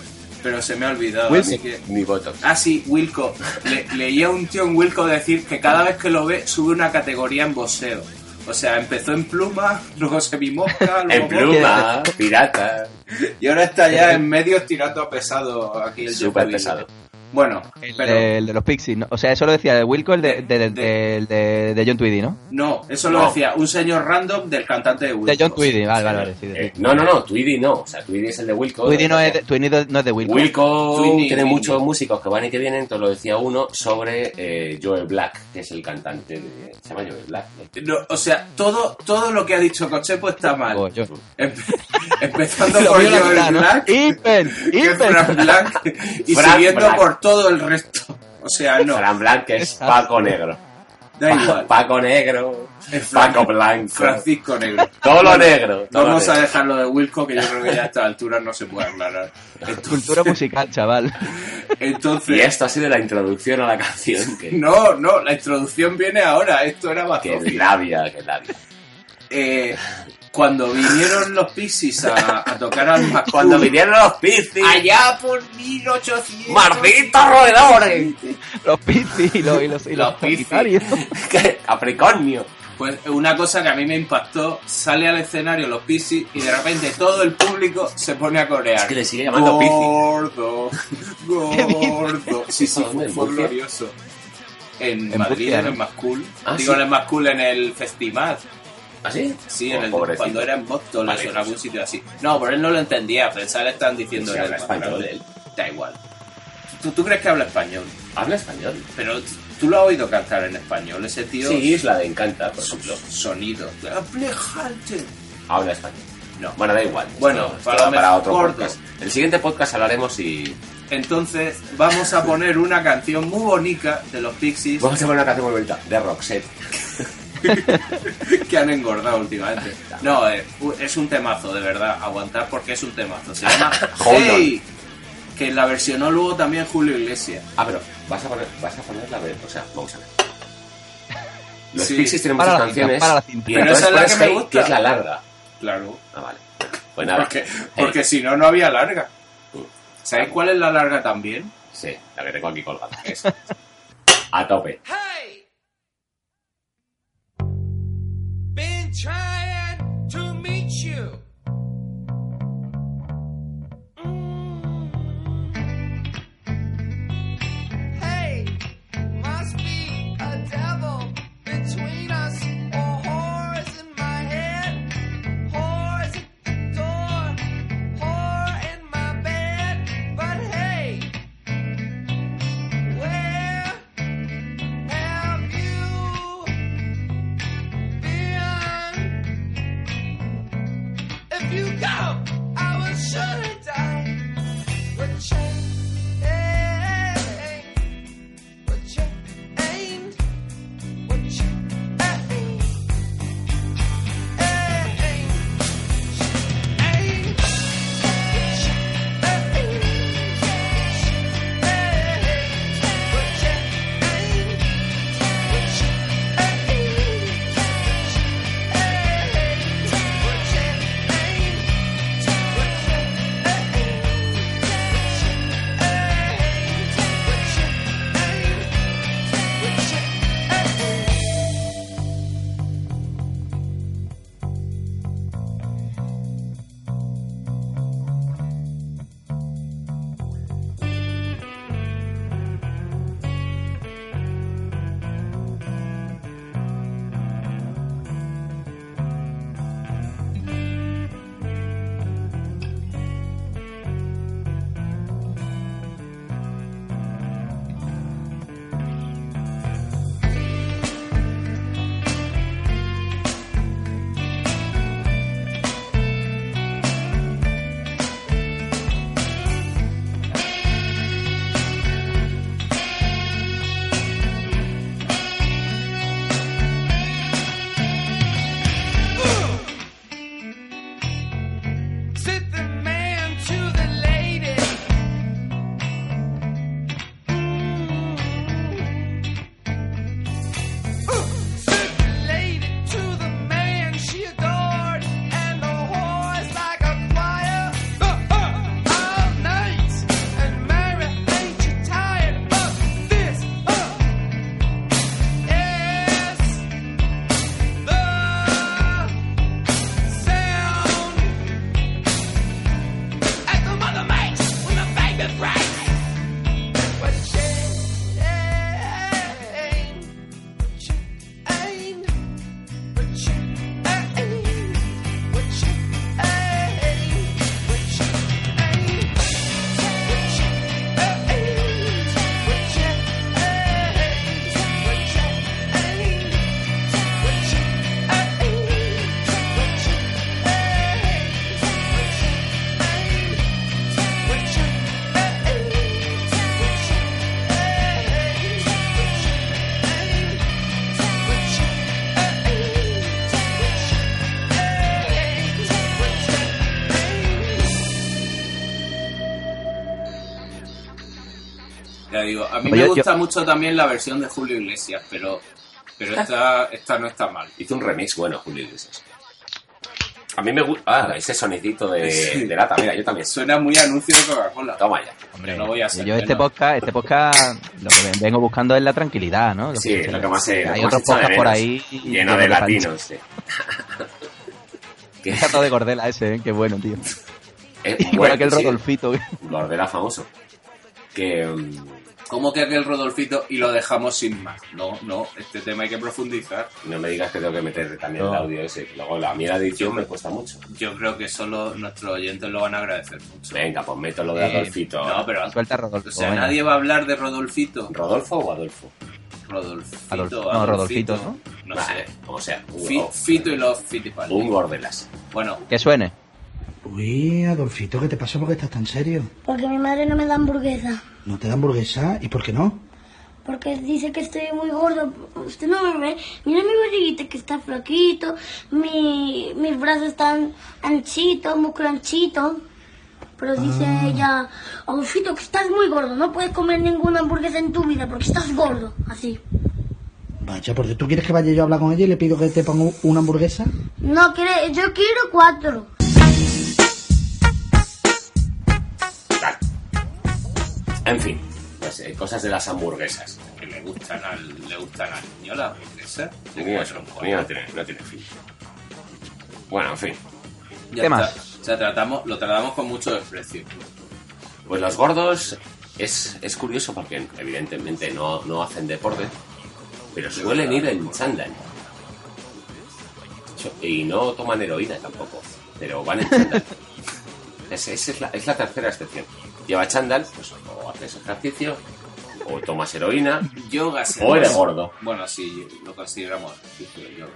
[SPEAKER 4] pero se me ha olvidado.
[SPEAKER 3] Wilson.
[SPEAKER 4] Así que...
[SPEAKER 2] Ni voto.
[SPEAKER 4] Ah, sí, Wilco. Le- leía a un tío en Wilco decir que cada vez que lo ve sube una categoría en boxeo. O sea, empezó en pluma, [laughs] luego se mosca, luego
[SPEAKER 2] En pluma, pirata,
[SPEAKER 4] box, y ahora está
[SPEAKER 3] Eh,
[SPEAKER 4] ya en medios tirando a pesado aquí el
[SPEAKER 2] súper
[SPEAKER 4] Jeopardy.
[SPEAKER 2] pesado.
[SPEAKER 4] Bueno,
[SPEAKER 3] El,
[SPEAKER 4] pero
[SPEAKER 3] de, el de los Pixies, ¿no? O sea, eso lo decía de Wilco, el de, de, de,
[SPEAKER 4] De-
[SPEAKER 3] el de- de John Tweedy, ¿no?
[SPEAKER 4] no, eso lo
[SPEAKER 2] No.
[SPEAKER 4] decía un señor random del cantante de Wilco.
[SPEAKER 3] De John Tweedy, vale, vale, vale. sí, de-
[SPEAKER 2] Eh, no, no, no, Tweedy no. O sea, Tweedy es el de Wilco.
[SPEAKER 3] Tweedy no es de, Tweedy no es de Wilco.
[SPEAKER 2] Wilco
[SPEAKER 4] Tweedy,
[SPEAKER 2] tiene
[SPEAKER 4] Tweedy.
[SPEAKER 2] muchos músicos que van y que vienen, te lo decía uno, sobre eh, Joel Black, que es el cantante de... Se llama Joel Black. eh. ¿no?
[SPEAKER 4] No, o sea, todo, todo lo que ha dicho Cochepo está mal.
[SPEAKER 3] Digo, Oh, yo.
[SPEAKER 4] Empe- [laughs] Empezando
[SPEAKER 3] Lo
[SPEAKER 4] por
[SPEAKER 3] vio la
[SPEAKER 4] Joel
[SPEAKER 3] mitad, ¿no? [laughs]
[SPEAKER 4] Black,
[SPEAKER 3] Impen,
[SPEAKER 4] que es
[SPEAKER 3] Impen.
[SPEAKER 4] Fran Blanc, y
[SPEAKER 2] Fran
[SPEAKER 4] siguiendo
[SPEAKER 2] Blanc.
[SPEAKER 4] por todo el resto. O sea, Ah, no,
[SPEAKER 2] Fran Black, que es
[SPEAKER 3] Exacto.
[SPEAKER 2] Paco Negro.
[SPEAKER 4] da igual.
[SPEAKER 2] Paco Negro,
[SPEAKER 4] Es Fran-
[SPEAKER 2] Paco Blanco.
[SPEAKER 4] Francisco
[SPEAKER 2] [laughs]
[SPEAKER 4] Negro.
[SPEAKER 2] Todo lo negro. todo lo
[SPEAKER 4] Vamos a
[SPEAKER 2] negro.
[SPEAKER 4] dejarlo de Wilco, que yo creo que ya a esta altura no se puede aclarar.
[SPEAKER 3] Cultura musical, chaval. [laughs]
[SPEAKER 2] [laughs]
[SPEAKER 4] Entonces,
[SPEAKER 2] Y este? esto ha sido la introducción a la
[SPEAKER 4] [laughs]
[SPEAKER 2] canción. Que,
[SPEAKER 4] no, no, la introducción viene ahora. Esto era más
[SPEAKER 2] que labia, que labia.
[SPEAKER 4] eh, cuando vinieron los Pixies a, a tocar al Macul,
[SPEAKER 2] Cuando vinieron los Pixies,
[SPEAKER 4] allá por 1800,
[SPEAKER 2] malditos roedores,
[SPEAKER 3] Los Pixies y los, y los, y los
[SPEAKER 2] Los Pixies.
[SPEAKER 3] [laughs] Sagitarios.
[SPEAKER 2] [laughs] que- Capricornio.
[SPEAKER 4] Pues una cosa que a mí me impactó, sale al escenario los Pisis y de repente todo el público se pone a corear.
[SPEAKER 2] Es que le sigue
[SPEAKER 4] Oh.
[SPEAKER 2] llamando Pixies.
[SPEAKER 4] Gordo,
[SPEAKER 2] [laughs]
[SPEAKER 4] gordo. Sí, sí,
[SPEAKER 2] ¿Dónde?
[SPEAKER 4] fue,
[SPEAKER 2] ¿En
[SPEAKER 4] fue
[SPEAKER 2] Murcia?
[SPEAKER 4] glorioso. En,
[SPEAKER 3] En
[SPEAKER 4] Madrid,
[SPEAKER 3] Murcia,
[SPEAKER 4] en el
[SPEAKER 3] ¿no?
[SPEAKER 4] más cool.
[SPEAKER 2] Ah,
[SPEAKER 4] Digo,
[SPEAKER 2] sí.
[SPEAKER 4] en el más cool en el festival.
[SPEAKER 2] ¿Ah, sí?
[SPEAKER 4] Sí,
[SPEAKER 2] Oh,
[SPEAKER 4] en el,
[SPEAKER 2] pobrecito.
[SPEAKER 4] cuando era en Boston
[SPEAKER 2] Vale.
[SPEAKER 4] o en algún sitio así. No, pero él no lo entendía, pensaba le estaban diciendo
[SPEAKER 2] Sí,
[SPEAKER 4] en
[SPEAKER 2] habla
[SPEAKER 4] el español.
[SPEAKER 2] español.
[SPEAKER 4] de él. Da igual. ¿Tú, tú crees que habla español,
[SPEAKER 2] Habla español.
[SPEAKER 4] pero t- tú lo has oído cantar en español, ese tío.
[SPEAKER 2] Sí, es la de Encanta, por
[SPEAKER 4] su-
[SPEAKER 2] ejemplo.
[SPEAKER 4] Sonido. Aplejante.
[SPEAKER 2] Habla español.
[SPEAKER 4] No.
[SPEAKER 2] Bueno, da igual.
[SPEAKER 4] Bueno,
[SPEAKER 2] Esto- esto
[SPEAKER 4] para lo
[SPEAKER 2] va para
[SPEAKER 4] mejor
[SPEAKER 2] otro
[SPEAKER 4] corto.
[SPEAKER 2] podcast. El siguiente podcast hablaremos y.
[SPEAKER 4] Entonces vamos a poner una canción muy bonita de los
[SPEAKER 2] [laughs]
[SPEAKER 4] Pixies
[SPEAKER 2] Vamos a poner una canción muy bonita de Roxette.
[SPEAKER 4] que han engordado últimamente. No, eh, u- es un temazo, de verdad. Aguantar porque es un temazo. Se llama
[SPEAKER 2] [laughs] Hold on.
[SPEAKER 4] Hey, que la versionó luego también Julio Iglesias.
[SPEAKER 2] Ah, pero vas a poner, vas a poner la ver, o sea, vamos a ver. Los
[SPEAKER 4] Sí.
[SPEAKER 2] Pixies tienen
[SPEAKER 3] Para
[SPEAKER 2] muchas
[SPEAKER 3] la cinta,
[SPEAKER 2] canciones.
[SPEAKER 3] para la cinta.
[SPEAKER 2] Y
[SPEAKER 4] Pero
[SPEAKER 2] entonces
[SPEAKER 4] esa es la
[SPEAKER 2] pones
[SPEAKER 4] que me
[SPEAKER 2] Hey,
[SPEAKER 4] gusta.
[SPEAKER 2] que es la larga.
[SPEAKER 4] Claro.
[SPEAKER 2] Ah, vale. Pues nada.
[SPEAKER 4] Porque,
[SPEAKER 2] Hey.
[SPEAKER 4] porque si no, no había larga.
[SPEAKER 2] Sí.
[SPEAKER 4] ¿Sabéis cuál es la larga también?
[SPEAKER 2] Sí, la que tengo aquí colgada. A tope.
[SPEAKER 5] Hey! Been trying to meet you. Mm. Hey, must be a devil between us or whores in my head, whores at the door, whore in my bed. But hey, where? Have you been? If you go, I will surely die. But you ain't, but you ain't, but you ain't, ain't, ain't, but you ain't. Sit the man to the lady. Ooh, sit the lady to the man she adored, and the whores like a choir. Uh, uh, all night and Mary ain't you tired of this? Uh, yes, the sound as the mother makes when the baby breaks. But she ain't, but she ain't, but she ain't, but she ain't, but she ain't, but she ain't, but she ain't, but she ain't.
[SPEAKER 4] Ya digo, a mí
[SPEAKER 3] Pero
[SPEAKER 4] me
[SPEAKER 3] yo-
[SPEAKER 4] gusta mucho también la versión de Julio Iglesias, pero, pero esta, esta no está mal.
[SPEAKER 2] Hizo un remix bueno, Julio Iglesias. A mí me gusta. Ah, ese sonidito de,
[SPEAKER 4] Sí.
[SPEAKER 2] de lata. Mira, yo también.
[SPEAKER 4] Suena muy anuncio de Coca-Cola.
[SPEAKER 2] Toma ya.
[SPEAKER 4] Hombre, no voy a hacer
[SPEAKER 3] yo
[SPEAKER 4] que
[SPEAKER 3] este
[SPEAKER 4] no.
[SPEAKER 3] podcast, este podcast, lo que vengo buscando es la tranquilidad, ¿no?
[SPEAKER 2] Sí, es lo que más se- lo que
[SPEAKER 3] Hay
[SPEAKER 2] más
[SPEAKER 3] otros
[SPEAKER 2] se echa de
[SPEAKER 3] podcasts por
[SPEAKER 2] menos.
[SPEAKER 3] ahí.
[SPEAKER 2] Lleno de
[SPEAKER 3] [laughs]
[SPEAKER 2] latinos. sí. que,
[SPEAKER 3] El gato de Cordela ese, ¿eh? qué bueno, [laughs] tío.
[SPEAKER 2] es
[SPEAKER 3] [laughs] Igual
[SPEAKER 2] bueno,
[SPEAKER 3] que el
[SPEAKER 2] sí,
[SPEAKER 3] Rodolfito.
[SPEAKER 2] Gordela famoso. Que. mm,
[SPEAKER 4] ¿Cómo que aquel Rodolfito y lo dejamos sin más? No, no, este tema hay que profundizar.
[SPEAKER 2] No me digas que tengo que meter también
[SPEAKER 3] No.
[SPEAKER 2] el audio ese. que Luego la mierda de edición me cuesta mucho.
[SPEAKER 4] Yo creo que solo nuestros oyentes lo van a agradecer mucho.
[SPEAKER 2] Venga, pues meto lo de
[SPEAKER 3] Eh,
[SPEAKER 2] Adolfito.
[SPEAKER 4] No, pero.
[SPEAKER 3] Suelta a Rodolfo.
[SPEAKER 4] O sea,
[SPEAKER 3] venga.
[SPEAKER 4] nadie va a hablar de Rodolfito.
[SPEAKER 2] ¿Rodolfo o Adolfo?
[SPEAKER 4] Rodolfito.
[SPEAKER 3] Adolfo- no,
[SPEAKER 4] Adolfito,
[SPEAKER 3] Rodolfito,
[SPEAKER 4] No
[SPEAKER 2] Vale,
[SPEAKER 4] sé.
[SPEAKER 2] Como sea. un-
[SPEAKER 4] Fi-
[SPEAKER 2] o-
[SPEAKER 4] Fito y los Fitipal.
[SPEAKER 2] Un gordelas.
[SPEAKER 4] Bueno,
[SPEAKER 3] Que suene.
[SPEAKER 6] Uy, Adolfito, ¿qué te pasa? ¿Por qué estás tan serio?
[SPEAKER 7] Porque mi madre no me da hamburguesa.
[SPEAKER 6] ¿No te da hamburguesa? ¿Y por qué no?
[SPEAKER 7] Porque dice que estoy muy gordo. Usted no me ve. Mira mi barriguita que está flaquito. Mi, mis brazos están anchitos, músculo anchito. Pero dice ella, Adolfito, que estás muy gordo. No puedes comer ninguna hamburguesa en tu vida porque estás gordo. Así.
[SPEAKER 6] Vaya, porque tú quieres que vaya yo a hablar con ella y le pido que te ponga una hamburguesa.
[SPEAKER 7] No, quiere, yo quiero cuatro.
[SPEAKER 2] Tal. En fin, pues, eh, cosas de las hamburguesas.
[SPEAKER 4] que le gustan al, le gustan al niño las hamburguesas.
[SPEAKER 2] Ni
[SPEAKER 4] Yo
[SPEAKER 2] idea,
[SPEAKER 4] creo que
[SPEAKER 2] ni
[SPEAKER 4] son
[SPEAKER 2] idea, no,
[SPEAKER 4] buenas.
[SPEAKER 2] tiene, no tiene fin. Bueno, en fin.
[SPEAKER 4] Ya
[SPEAKER 3] ¿Qué
[SPEAKER 4] está.
[SPEAKER 3] más?
[SPEAKER 4] O sea, tratamos, lo tratamos con mucho desprecio.
[SPEAKER 2] Pues los gordos es, es curioso porque evidentemente no, no hacen deporte, pero suelen ir en chándal. So- Y no toman heroína tampoco, pero van en chándal. es, es- es la, es la tercera excepción. Lleva chándal, pues o haces ejercicio, o tomas heroína,
[SPEAKER 4] Yoga se
[SPEAKER 2] o eres gordo.
[SPEAKER 4] Bueno, sí, lo consideramos ejercicio de yoga.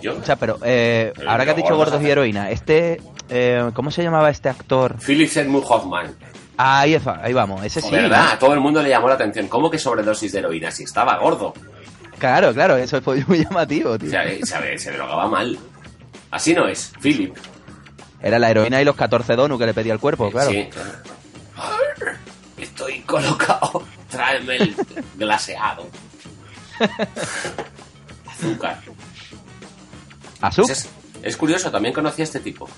[SPEAKER 2] Yo,
[SPEAKER 3] O sea, pero eh,
[SPEAKER 2] Pero
[SPEAKER 3] ahora que has
[SPEAKER 2] no,
[SPEAKER 3] dicho
[SPEAKER 2] gordos
[SPEAKER 3] gordos y
[SPEAKER 2] hacen.
[SPEAKER 3] heroína, este. eh, ¿Cómo se llamaba este actor?
[SPEAKER 2] Philip Seymour Hoffman.
[SPEAKER 3] Ahí, es- ahí vamos, ese sí.
[SPEAKER 2] de verdad, a todo el mundo le llamó la atención. ¿Cómo que sobredosis de heroína si estaba gordo?
[SPEAKER 3] Claro, claro, eso fue muy [laughs] llamativo,
[SPEAKER 2] O
[SPEAKER 3] tío.
[SPEAKER 2] sea, eh, se, se drogaba mal. Así no es, Philip.
[SPEAKER 3] Era la heroína y los 14 donuts que le pedía el cuerpo, claro.
[SPEAKER 2] Sí. Arr, Estoy colocado. [laughs] Tráeme el
[SPEAKER 3] [laughs]
[SPEAKER 2] glaseado. Azúcar.
[SPEAKER 3] ¿Azúcar?
[SPEAKER 2] Es, es curioso, también conocí a este tipo.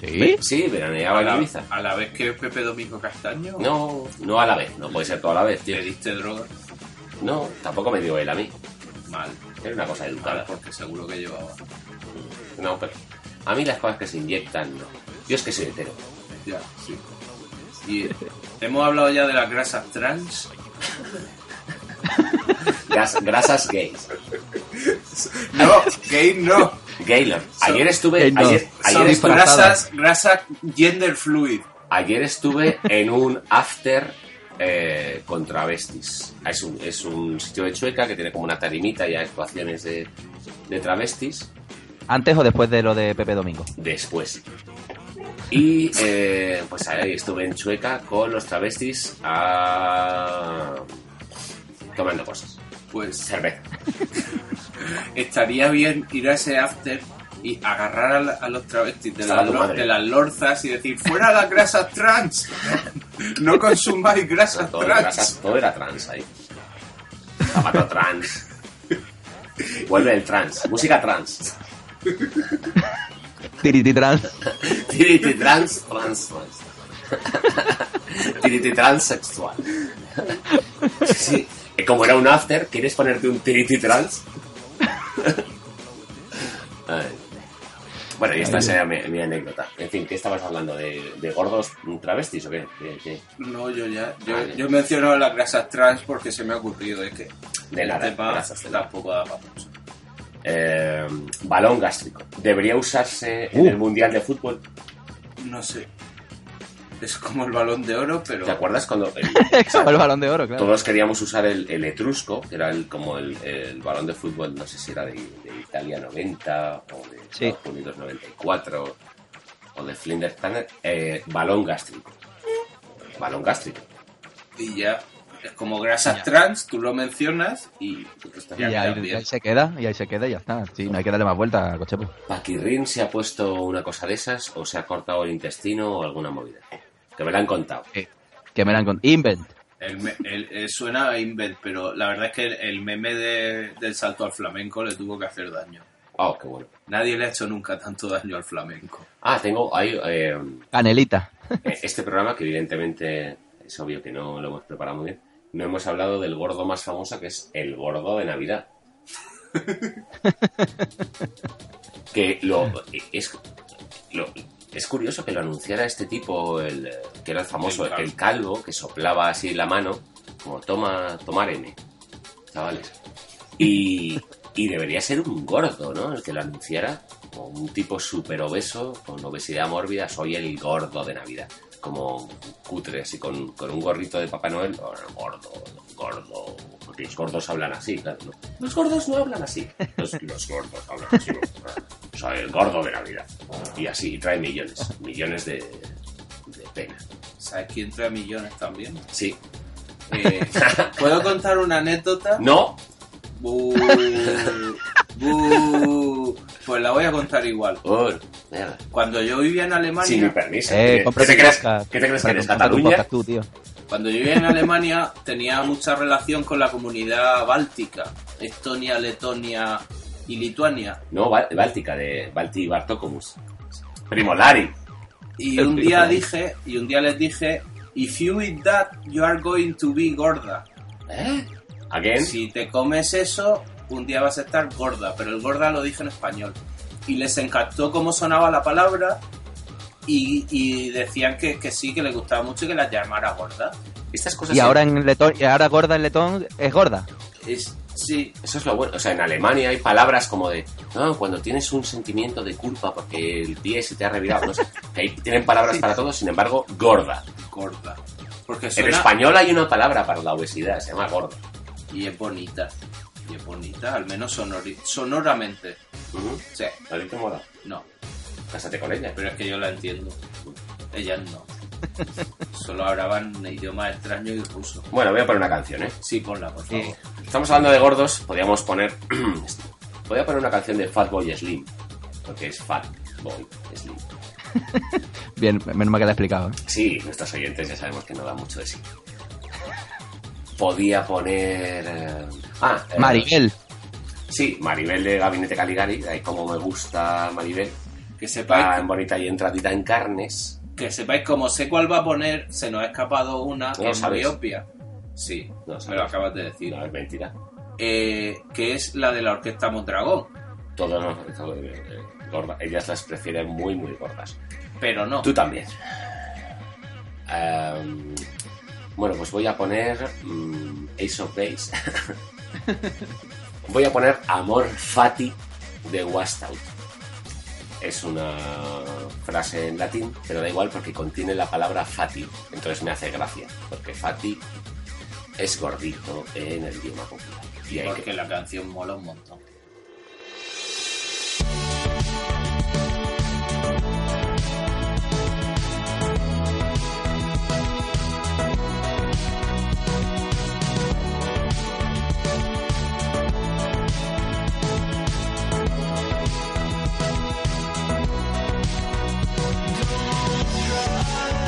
[SPEAKER 3] Sí.
[SPEAKER 2] Sí, veraneaba
[SPEAKER 4] A
[SPEAKER 2] en
[SPEAKER 4] la,
[SPEAKER 2] Ibiza.
[SPEAKER 4] a la vez que Pepe Domingo Castaño,
[SPEAKER 2] No, no a la vez, no puede ser todo a la vez. tío.
[SPEAKER 4] ¿le diste droga?
[SPEAKER 2] No, tampoco me dio él a mí.
[SPEAKER 4] Mal.
[SPEAKER 2] Era una cosa
[SPEAKER 4] Mal,
[SPEAKER 2] educada.
[SPEAKER 4] porque seguro que llevaba.
[SPEAKER 2] No, pero a mí las cosas que se inyectan, no. Yo es que soy hetero.
[SPEAKER 4] Ya, sí. Y hemos hablado ya de las grasas trans.
[SPEAKER 2] Gras- grasas gays.
[SPEAKER 4] No, gay [laughs] no.
[SPEAKER 2] Gaylord. Ayer estuve,
[SPEAKER 3] Gaylord.
[SPEAKER 2] ayer, ayer
[SPEAKER 4] Son
[SPEAKER 2] estuve-
[SPEAKER 4] grasas, grasas gender fluid.
[SPEAKER 2] Ayer estuve en un after eh, con travestis. Es un, es un sitio de Chueca que tiene como una tarimita y actuaciones de, de travestis
[SPEAKER 3] ¿Antes o después de lo de Pepe Domingo?
[SPEAKER 2] después. Y eh, pues ahí estuve en Chueca con los travestis ah, tomando cosas.
[SPEAKER 4] Pues
[SPEAKER 2] Cerveza.
[SPEAKER 4] estaría bien ir a ese after y agarrar a, la- a los travestis de,
[SPEAKER 2] Estaba
[SPEAKER 4] las
[SPEAKER 2] tu
[SPEAKER 4] lor-
[SPEAKER 2] madre.
[SPEAKER 4] de las lorzas y decir, fuera las grasas trans. No consumáis grasas
[SPEAKER 2] Todo,
[SPEAKER 4] trans.
[SPEAKER 2] grasas- todo era trans ahí. Zapato trans. Vuelve el trans. Música trans.
[SPEAKER 3] Tirititran. [laughs]
[SPEAKER 2] Tiriti trans, trans, trans. Tiriti transexual. Sí, sí. Eh, Como era un after, ¿quieres ponerte un tiriti trans? Ay. Bueno, y esta será mi, mi anécdota. En fin, ¿qué estabas hablando? ¿De, de gordos travestis o qué? ¿Qué- qué?
[SPEAKER 4] No, yo ya. Yo,
[SPEAKER 2] Vale.
[SPEAKER 4] yo he mencionado las grasas trans porque se me ha ocurrido. Es que
[SPEAKER 2] De
[SPEAKER 4] el
[SPEAKER 2] nada,
[SPEAKER 4] tema
[SPEAKER 2] grasas trans.
[SPEAKER 4] tampoco da para mucho.
[SPEAKER 2] Eh, balón gástrico. ¿Debería usarse en
[SPEAKER 3] Uh.
[SPEAKER 2] el Mundial de Fútbol?
[SPEAKER 4] No sé. Es como el balón de oro, pero.
[SPEAKER 2] ¿Te acuerdas cuando el-
[SPEAKER 3] Como el balón de oro, claro.
[SPEAKER 2] Todos queríamos usar el, el etrusco, que era el, como el, el balón de fútbol, no sé si era de, de Italia 90 o de
[SPEAKER 3] Sí.
[SPEAKER 2] Estados Unidos 94 o de Flinders Tanner, eh, balón gástrico. Balón gástrico.
[SPEAKER 4] Y ya. Es como grasas trans, tú lo mencionas y.
[SPEAKER 3] Y ahí, ahí se queda, y ahí se queda y ya está. Sí, no hay que darle más vuelta, pues. cochepo.
[SPEAKER 2] Paquirrin se ha puesto una cosa de esas o se ha cortado el intestino o alguna movida. Que me la han contado.
[SPEAKER 3] Que me la han con... Invent.
[SPEAKER 4] El me- el- eh, suena a invent, pero la verdad es que el, el meme de- del salto al flamenco le tuvo que hacer daño.
[SPEAKER 2] Ah, Ah, qué bueno.
[SPEAKER 4] Nadie le ha hecho nunca tanto daño al flamenco.
[SPEAKER 2] Ah, tengo ahí eh,
[SPEAKER 3] Canelita.
[SPEAKER 2] eh, este programa que evidentemente es obvio que no lo hemos preparado muy bien. No hemos hablado del gordo más famoso que es el gordo de
[SPEAKER 4] [laughs]
[SPEAKER 2] Navidad. que lo es lo- es curioso que lo anunciara este tipo, el eh, que era el famoso,
[SPEAKER 4] El
[SPEAKER 2] el,
[SPEAKER 4] calvo.
[SPEAKER 2] calvo, que soplaba así la mano, como toma, tomar M, chavales. Y, y debería ser un gordo, ¿no? El que lo anunciara, como un tipo súper obeso, con obesidad mórbida, soy el gordo de Navidad. Como cutre, así con, con un gorrito de Papá Noel, o el gordo, gordo. Porque los gordos hablan así, claro, ¿no? Los gordos no hablan así. Los, los gordos hablan así. ¿no? Soy el gordo de Navidad. Y así, y trae millones, millones de, de pena.
[SPEAKER 4] ¿Sabes quién trae millones también?
[SPEAKER 2] Sí.
[SPEAKER 4] Eh, [laughs] ¿Puedo contar una anécdota?
[SPEAKER 2] No,
[SPEAKER 4] Bu- bu- Pues la voy a contar igual.
[SPEAKER 2] Oh, mierda.
[SPEAKER 4] Cuando yo vivía en
[SPEAKER 2] Sin mi
[SPEAKER 4] Alemania,
[SPEAKER 2] permiso.
[SPEAKER 3] Eh,
[SPEAKER 2] ¿Qué-
[SPEAKER 3] compra
[SPEAKER 2] ¿Qué te
[SPEAKER 3] tu
[SPEAKER 2] crees?
[SPEAKER 3] podcast.
[SPEAKER 2] ¿Qué te crees que
[SPEAKER 3] Para
[SPEAKER 2] eres
[SPEAKER 3] comprar tu
[SPEAKER 2] Cataluña?
[SPEAKER 3] podcast tú, tío.
[SPEAKER 4] cuando yo vivía en Alemania tenía mucha relación con la comunidad báltica, Estonia, Letonia y Lituania.
[SPEAKER 2] No, Bal- Báltica, de Balti Bartokomus. Primo Lari.
[SPEAKER 4] Y
[SPEAKER 2] El
[SPEAKER 4] un día
[SPEAKER 2] frijol.
[SPEAKER 4] dije, y un día les dije, if you eat that, you are going to be gorda.
[SPEAKER 2] ¿Eh? Again.
[SPEAKER 4] Si te comes eso, un día vas a estar gorda, pero el gorda lo dije en español. Y les encantó cómo sonaba la palabra y, y decían que, que sí, que les gustaba mucho y que la llamara gorda.
[SPEAKER 2] Estas cosas.
[SPEAKER 3] Y
[SPEAKER 2] son-
[SPEAKER 3] ahora en letón, y ahora gorda en letón es gorda.
[SPEAKER 4] Es, sí,
[SPEAKER 2] Eso es lo bueno. O sea, en Alemania hay palabras como de. No, cuando tienes un sentimiento de culpa porque el pie se te ha revirado. No sé. Que ahí tienen palabras para todo, sin embargo, gorda.
[SPEAKER 4] gorda. Porque
[SPEAKER 2] En
[SPEAKER 4] suena
[SPEAKER 2] español hay una palabra para la obesidad, se llama gorda.
[SPEAKER 4] y es bonita. Y es bonita, al menos sonori- sonoramente.
[SPEAKER 2] Ujú.
[SPEAKER 4] Sí,
[SPEAKER 2] ¿A ti te mola?
[SPEAKER 4] no,
[SPEAKER 2] Cásate con ella.
[SPEAKER 4] pero es que yo la entiendo. Ellas
[SPEAKER 2] [laughs]
[SPEAKER 4] no. Solo hablaban un idioma extraño y ruso.
[SPEAKER 2] Bueno, voy a poner una canción, ¿eh?
[SPEAKER 4] Sí, ponla, por favor.
[SPEAKER 3] Sí.
[SPEAKER 2] Estamos hablando de gordos, podríamos poner. [clears throat] podría poner una canción de Fatboy Slim. Porque es Fatboy Slim.
[SPEAKER 3] Bien, menos mal que la he explicado. ¿eh?
[SPEAKER 2] Sí, nuestros oyentes ya sabemos que no da mucho de sí. Podía poner. eh, Ah, eh,
[SPEAKER 3] Maribel.
[SPEAKER 2] Sí, Maribel de Gabinete Caligari. De ahí como me gusta Maribel.
[SPEAKER 4] Que sepáis
[SPEAKER 2] Tan bonita y entradita en carnes.
[SPEAKER 4] Que sepáis, como sé cuál va a poner, se nos ha escapado una
[SPEAKER 2] No
[SPEAKER 4] que es
[SPEAKER 2] sabes.
[SPEAKER 4] muy obvia. Sí,
[SPEAKER 2] No
[SPEAKER 4] me
[SPEAKER 2] sabes.
[SPEAKER 4] lo acabas de
[SPEAKER 2] Y
[SPEAKER 4] decir.
[SPEAKER 2] no es mentira.
[SPEAKER 4] Eh, que es la de la orquesta Mondragón.
[SPEAKER 2] Todo no. todo, eh, eh, gorda. Ellas las prefieren muy, muy gordas.
[SPEAKER 4] Pero no.
[SPEAKER 2] Tú también. Em, bueno, pues voy a poner mm, Ace of Base. [laughs] voy a poner Amor Fati de Washed Out. Es una frase en latín, pero da igual porque contiene la palabra fati. Entonces me hace gracia, porque fati es gordito en el idioma popular. Y hay
[SPEAKER 4] Porque
[SPEAKER 2] que...
[SPEAKER 4] la canción mola un montón.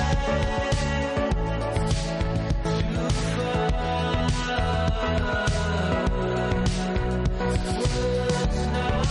[SPEAKER 5] Don't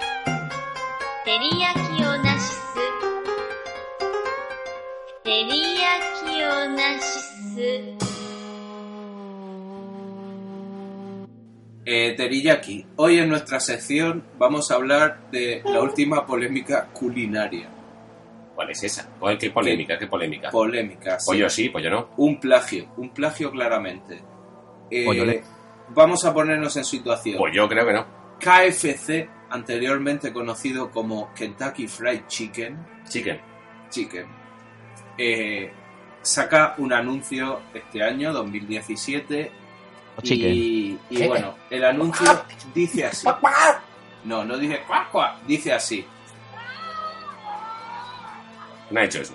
[SPEAKER 8] 照り焼きをなしす照り焼きをなしす
[SPEAKER 4] Eh, teriyaki, hoy en nuestra sección vamos a hablar de la última polémica culinaria.
[SPEAKER 2] ¿Cuál es esa? ¿Cuál- ¿Qué polémica? ¿Qué polémica?
[SPEAKER 4] Polémica, sí.
[SPEAKER 2] Pollo sí, pollo no.
[SPEAKER 4] Un plagio, un plagio claramente. Eh,
[SPEAKER 3] Pollolé.
[SPEAKER 4] vamos a ponernos en situación.
[SPEAKER 2] Pollo creo que no.
[SPEAKER 4] KFC, anteriormente conocido como Kentucky Fried Chicken,
[SPEAKER 2] Chicken.
[SPEAKER 4] Chicken, eh, saca un anuncio este año, 2017,
[SPEAKER 3] O Oh, chicken.
[SPEAKER 4] y, y bueno, el anuncio dice así. No, no dice cuac, cuac, dice así.
[SPEAKER 2] No ha hecho eso.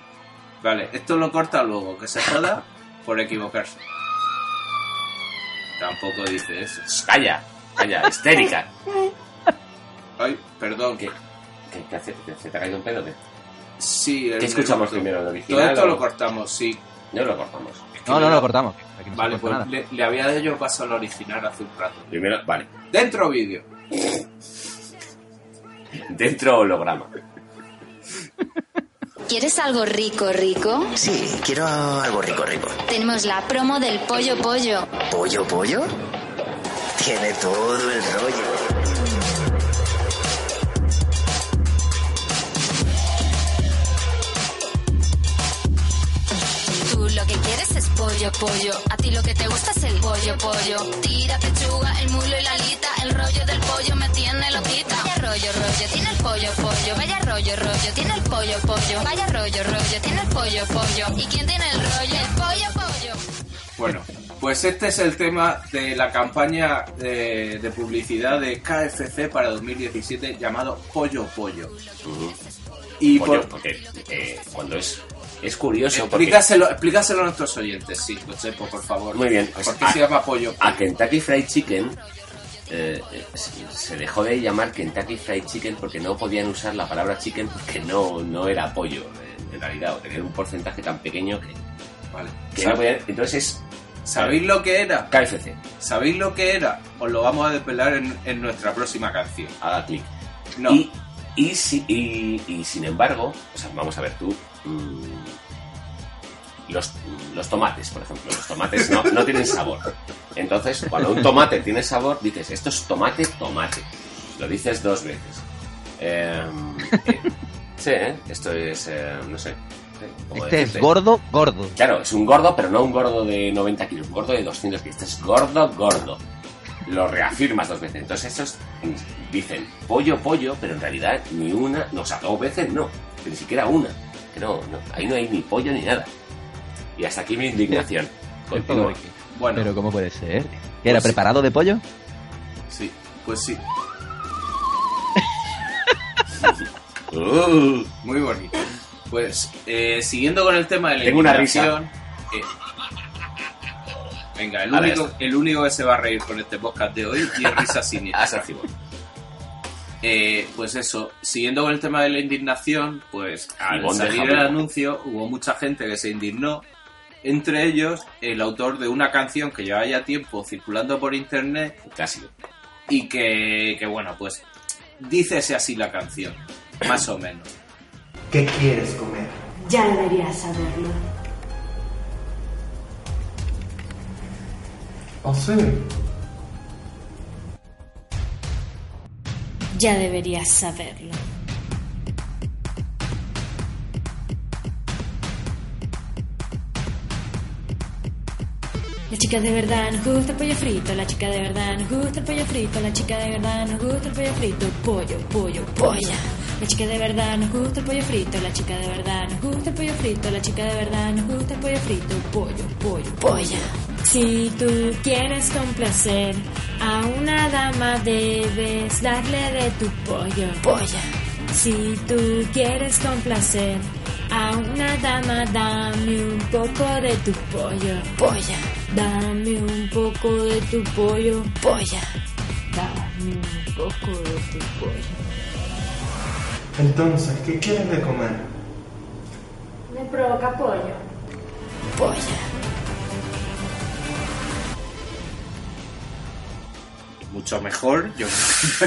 [SPEAKER 4] Vale, esto lo corta luego, que se joda por equivocarse. Tampoco dice eso.
[SPEAKER 2] Calla, calla, histérica.
[SPEAKER 4] Ay, perdón, que
[SPEAKER 2] ¿Qué, qué hace? ¿Te- ¿Se te ha caído un pedo? ¿Qué,
[SPEAKER 4] sí. el-
[SPEAKER 2] ¿Qué escuchamos primero? ¿El
[SPEAKER 4] Todo
[SPEAKER 2] original?
[SPEAKER 4] esto
[SPEAKER 2] o-
[SPEAKER 4] lo cortamos, sí.
[SPEAKER 2] No lo cortamos.
[SPEAKER 4] Es que
[SPEAKER 3] No, no,
[SPEAKER 4] le-
[SPEAKER 3] lo cortamos. Aquí no se corta
[SPEAKER 4] Vale, pues
[SPEAKER 3] nada.
[SPEAKER 4] le, le había de yo paso al original hace un rato.
[SPEAKER 2] Primero, vale.
[SPEAKER 4] Dentro vídeo.
[SPEAKER 2] Dentro holograma.
[SPEAKER 9] ¿Quieres algo rico, rico?
[SPEAKER 10] Sí, quiero algo rico, rico.
[SPEAKER 9] Tenemos la promo del pollo pollo.
[SPEAKER 10] ¿Pollo, pollo? Tiene todo el rollo.
[SPEAKER 9] Tú lo que quieres es pollo pollo. A ti lo que te gusta es el pollo pollo. Tira pechuga, el mulo y la alita. El rollo del pollo me tiene loquita. Vaya rollo, rollo, tiene el pollo pollo. Vaya rollo, rollo, tiene el pollo pollo. Vaya rollo, rollo, tiene el pollo pollo. ¿Y quién tiene el rollo? El pollo pollo.
[SPEAKER 2] [laughs]
[SPEAKER 4] Bueno, pues este es el tema de la campaña de, de publicidad de KFC para 2017 llamado Pollo Pollo. Y
[SPEAKER 2] Pollo,
[SPEAKER 4] por,
[SPEAKER 2] porque eh, cuando es. Es curioso porque.
[SPEAKER 4] Explícaselo, explícaselo a nuestros oyentes, sí, Josepo, por favor.
[SPEAKER 2] Muy bien, pues,
[SPEAKER 4] ¿Por qué
[SPEAKER 2] ah.
[SPEAKER 4] se llama pollo?
[SPEAKER 2] A Kentucky Fried Chicken eh, eh, se se dejó de llamar Kentucky Fried Chicken porque no podían usar la palabra chicken porque no, no era pollo, eh, en realidad, o tener un porcentaje tan pequeño que,
[SPEAKER 4] Vale.
[SPEAKER 2] que no
[SPEAKER 4] Sab-
[SPEAKER 2] podían. Entonces
[SPEAKER 4] ¿Sabéis lo que era?
[SPEAKER 2] es KFC,
[SPEAKER 4] ¿Sabéis lo que era? Os lo vamos a desvelar en, en nuestra próxima canción.
[SPEAKER 2] haga clic.
[SPEAKER 4] No,
[SPEAKER 2] Y, y, si- y- y sin embargo, o sea, vamos a ver tú. mm, los, los tomates, por ejemplo, los tomates no, no tienen sabor. Entonces, cuando un tomate tiene sabor, dices, esto es tomate, tomate. Lo dices dos veces. Eh,
[SPEAKER 3] [laughs]
[SPEAKER 2] eh, sí, ¿eh? esto es, eh, no sé. ¿cómo
[SPEAKER 3] Este es
[SPEAKER 2] decirte?
[SPEAKER 3] gordo, gordo.
[SPEAKER 2] Claro, es un gordo, pero no un gordo de 90 kilos, un gordo de 200 kilos. Este es gordo, gordo. Lo reafirmas dos veces. Entonces estos dicen pollo, pollo, pero en realidad ni una, no, o sea, dos veces no, ni siquiera una. Que no, no, ahí no hay ni pollo ni nada. Y hasta aquí mi
[SPEAKER 3] [laughs]
[SPEAKER 2] indignación. Continúa.
[SPEAKER 4] bueno,
[SPEAKER 3] Pero ¿cómo puede ser? ¿Que era
[SPEAKER 4] Pues sí.
[SPEAKER 3] preparado de pollo?
[SPEAKER 4] sí, pues sí,
[SPEAKER 2] Uh,
[SPEAKER 4] muy bonito. Pues, eh, siguiendo con el tema de la
[SPEAKER 2] Tengo una
[SPEAKER 4] indignación, eh, venga, el
[SPEAKER 2] A ver.
[SPEAKER 4] único, el único que se va a reír con este podcast de hoy y es
[SPEAKER 2] [laughs]
[SPEAKER 4] risa siniestra.
[SPEAKER 2] asociativo.
[SPEAKER 4] Eh, pues eso, siguiendo con el tema de la indignación, pues al
[SPEAKER 2] Ivonne de
[SPEAKER 4] salir el
[SPEAKER 2] Jamaica.
[SPEAKER 4] anuncio hubo mucha gente que se indignó, entre ellos el autor de una canción que lleva ya tiempo circulando por internet
[SPEAKER 2] Casi.
[SPEAKER 4] y que, que, bueno, pues dícese así la canción, más o menos.
[SPEAKER 10] ¿Qué quieres comer?
[SPEAKER 5] Ya deberías saberlo.
[SPEAKER 10] Oh, sí.
[SPEAKER 5] Ya deberías saberlo. La chica de verdad nos gusta el pollo frito, la chica de verdad nos gusta el pollo frito, la chica de verdad nos gusta el pollo frito, pollo, pollo, polla. La chica de verdad nos gusta el pollo frito, la chica de verdad nos gusta el pollo frito, la chica de verdad nos gusta el pollo frito, pollo, pollo, polla. Si tú quieres complacer a una dama debes darle de tu pollo, polla. Si tú quieres complacer a una dama, dame un poco de tu pollo. Polla. Dame un poco de tu pollo. Polla. Dame un poco de tu pollo.
[SPEAKER 10] Entonces, ¿qué quieres de comer?
[SPEAKER 5] Me provoca pollo. Polla.
[SPEAKER 4] mucho mejor. Yo no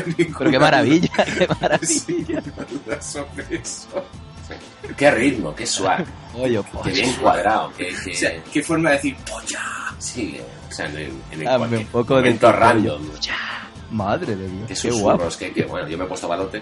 [SPEAKER 4] tengo [laughs] ninguna
[SPEAKER 3] Pero qué maravilla,
[SPEAKER 4] duda.
[SPEAKER 3] qué
[SPEAKER 2] [laughs]
[SPEAKER 3] maravilla.
[SPEAKER 4] Sí, no duda sobre eso.
[SPEAKER 2] Qué ritmo, qué suave.
[SPEAKER 3] Pollo,
[SPEAKER 2] Qué
[SPEAKER 3] pollo.
[SPEAKER 2] bien cuadrado. Qué, qué-
[SPEAKER 4] [laughs] O sea, qué forma de decir polla.
[SPEAKER 2] sí, o sea, en, en- en
[SPEAKER 3] Dame
[SPEAKER 2] cualquier
[SPEAKER 3] un poco de
[SPEAKER 2] momento
[SPEAKER 3] pollo.
[SPEAKER 2] random.
[SPEAKER 3] Madre de Dios.
[SPEAKER 2] Qué
[SPEAKER 3] Qué guapo.
[SPEAKER 2] susurros, que, que bueno, yo me he puesto balote.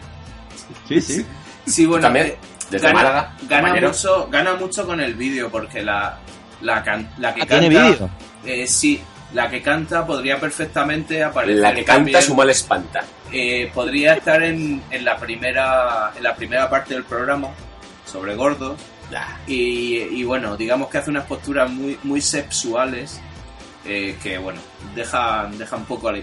[SPEAKER 3] Sí, sí.
[SPEAKER 4] Sí, bueno,
[SPEAKER 2] También,
[SPEAKER 4] eh,
[SPEAKER 2] desde
[SPEAKER 4] gana,
[SPEAKER 2] Málaga,
[SPEAKER 4] gana
[SPEAKER 2] compañero.
[SPEAKER 4] mucho, gana mucho con el vídeo porque la, la, can- la que
[SPEAKER 3] Ah, tiene
[SPEAKER 4] canta.
[SPEAKER 3] vídeo.
[SPEAKER 4] eh, sí, la que canta podría perfectamente aparecer.
[SPEAKER 2] La que
[SPEAKER 4] también,
[SPEAKER 2] canta su mal espanta.
[SPEAKER 4] eh, podría estar en, en la primera en la primera parte del programa sobre gordos
[SPEAKER 2] Nah.
[SPEAKER 4] y, y bueno, digamos que hace unas posturas muy, muy sexuales eh, que, bueno, dejan, dejan poco a la
[SPEAKER 2] Ya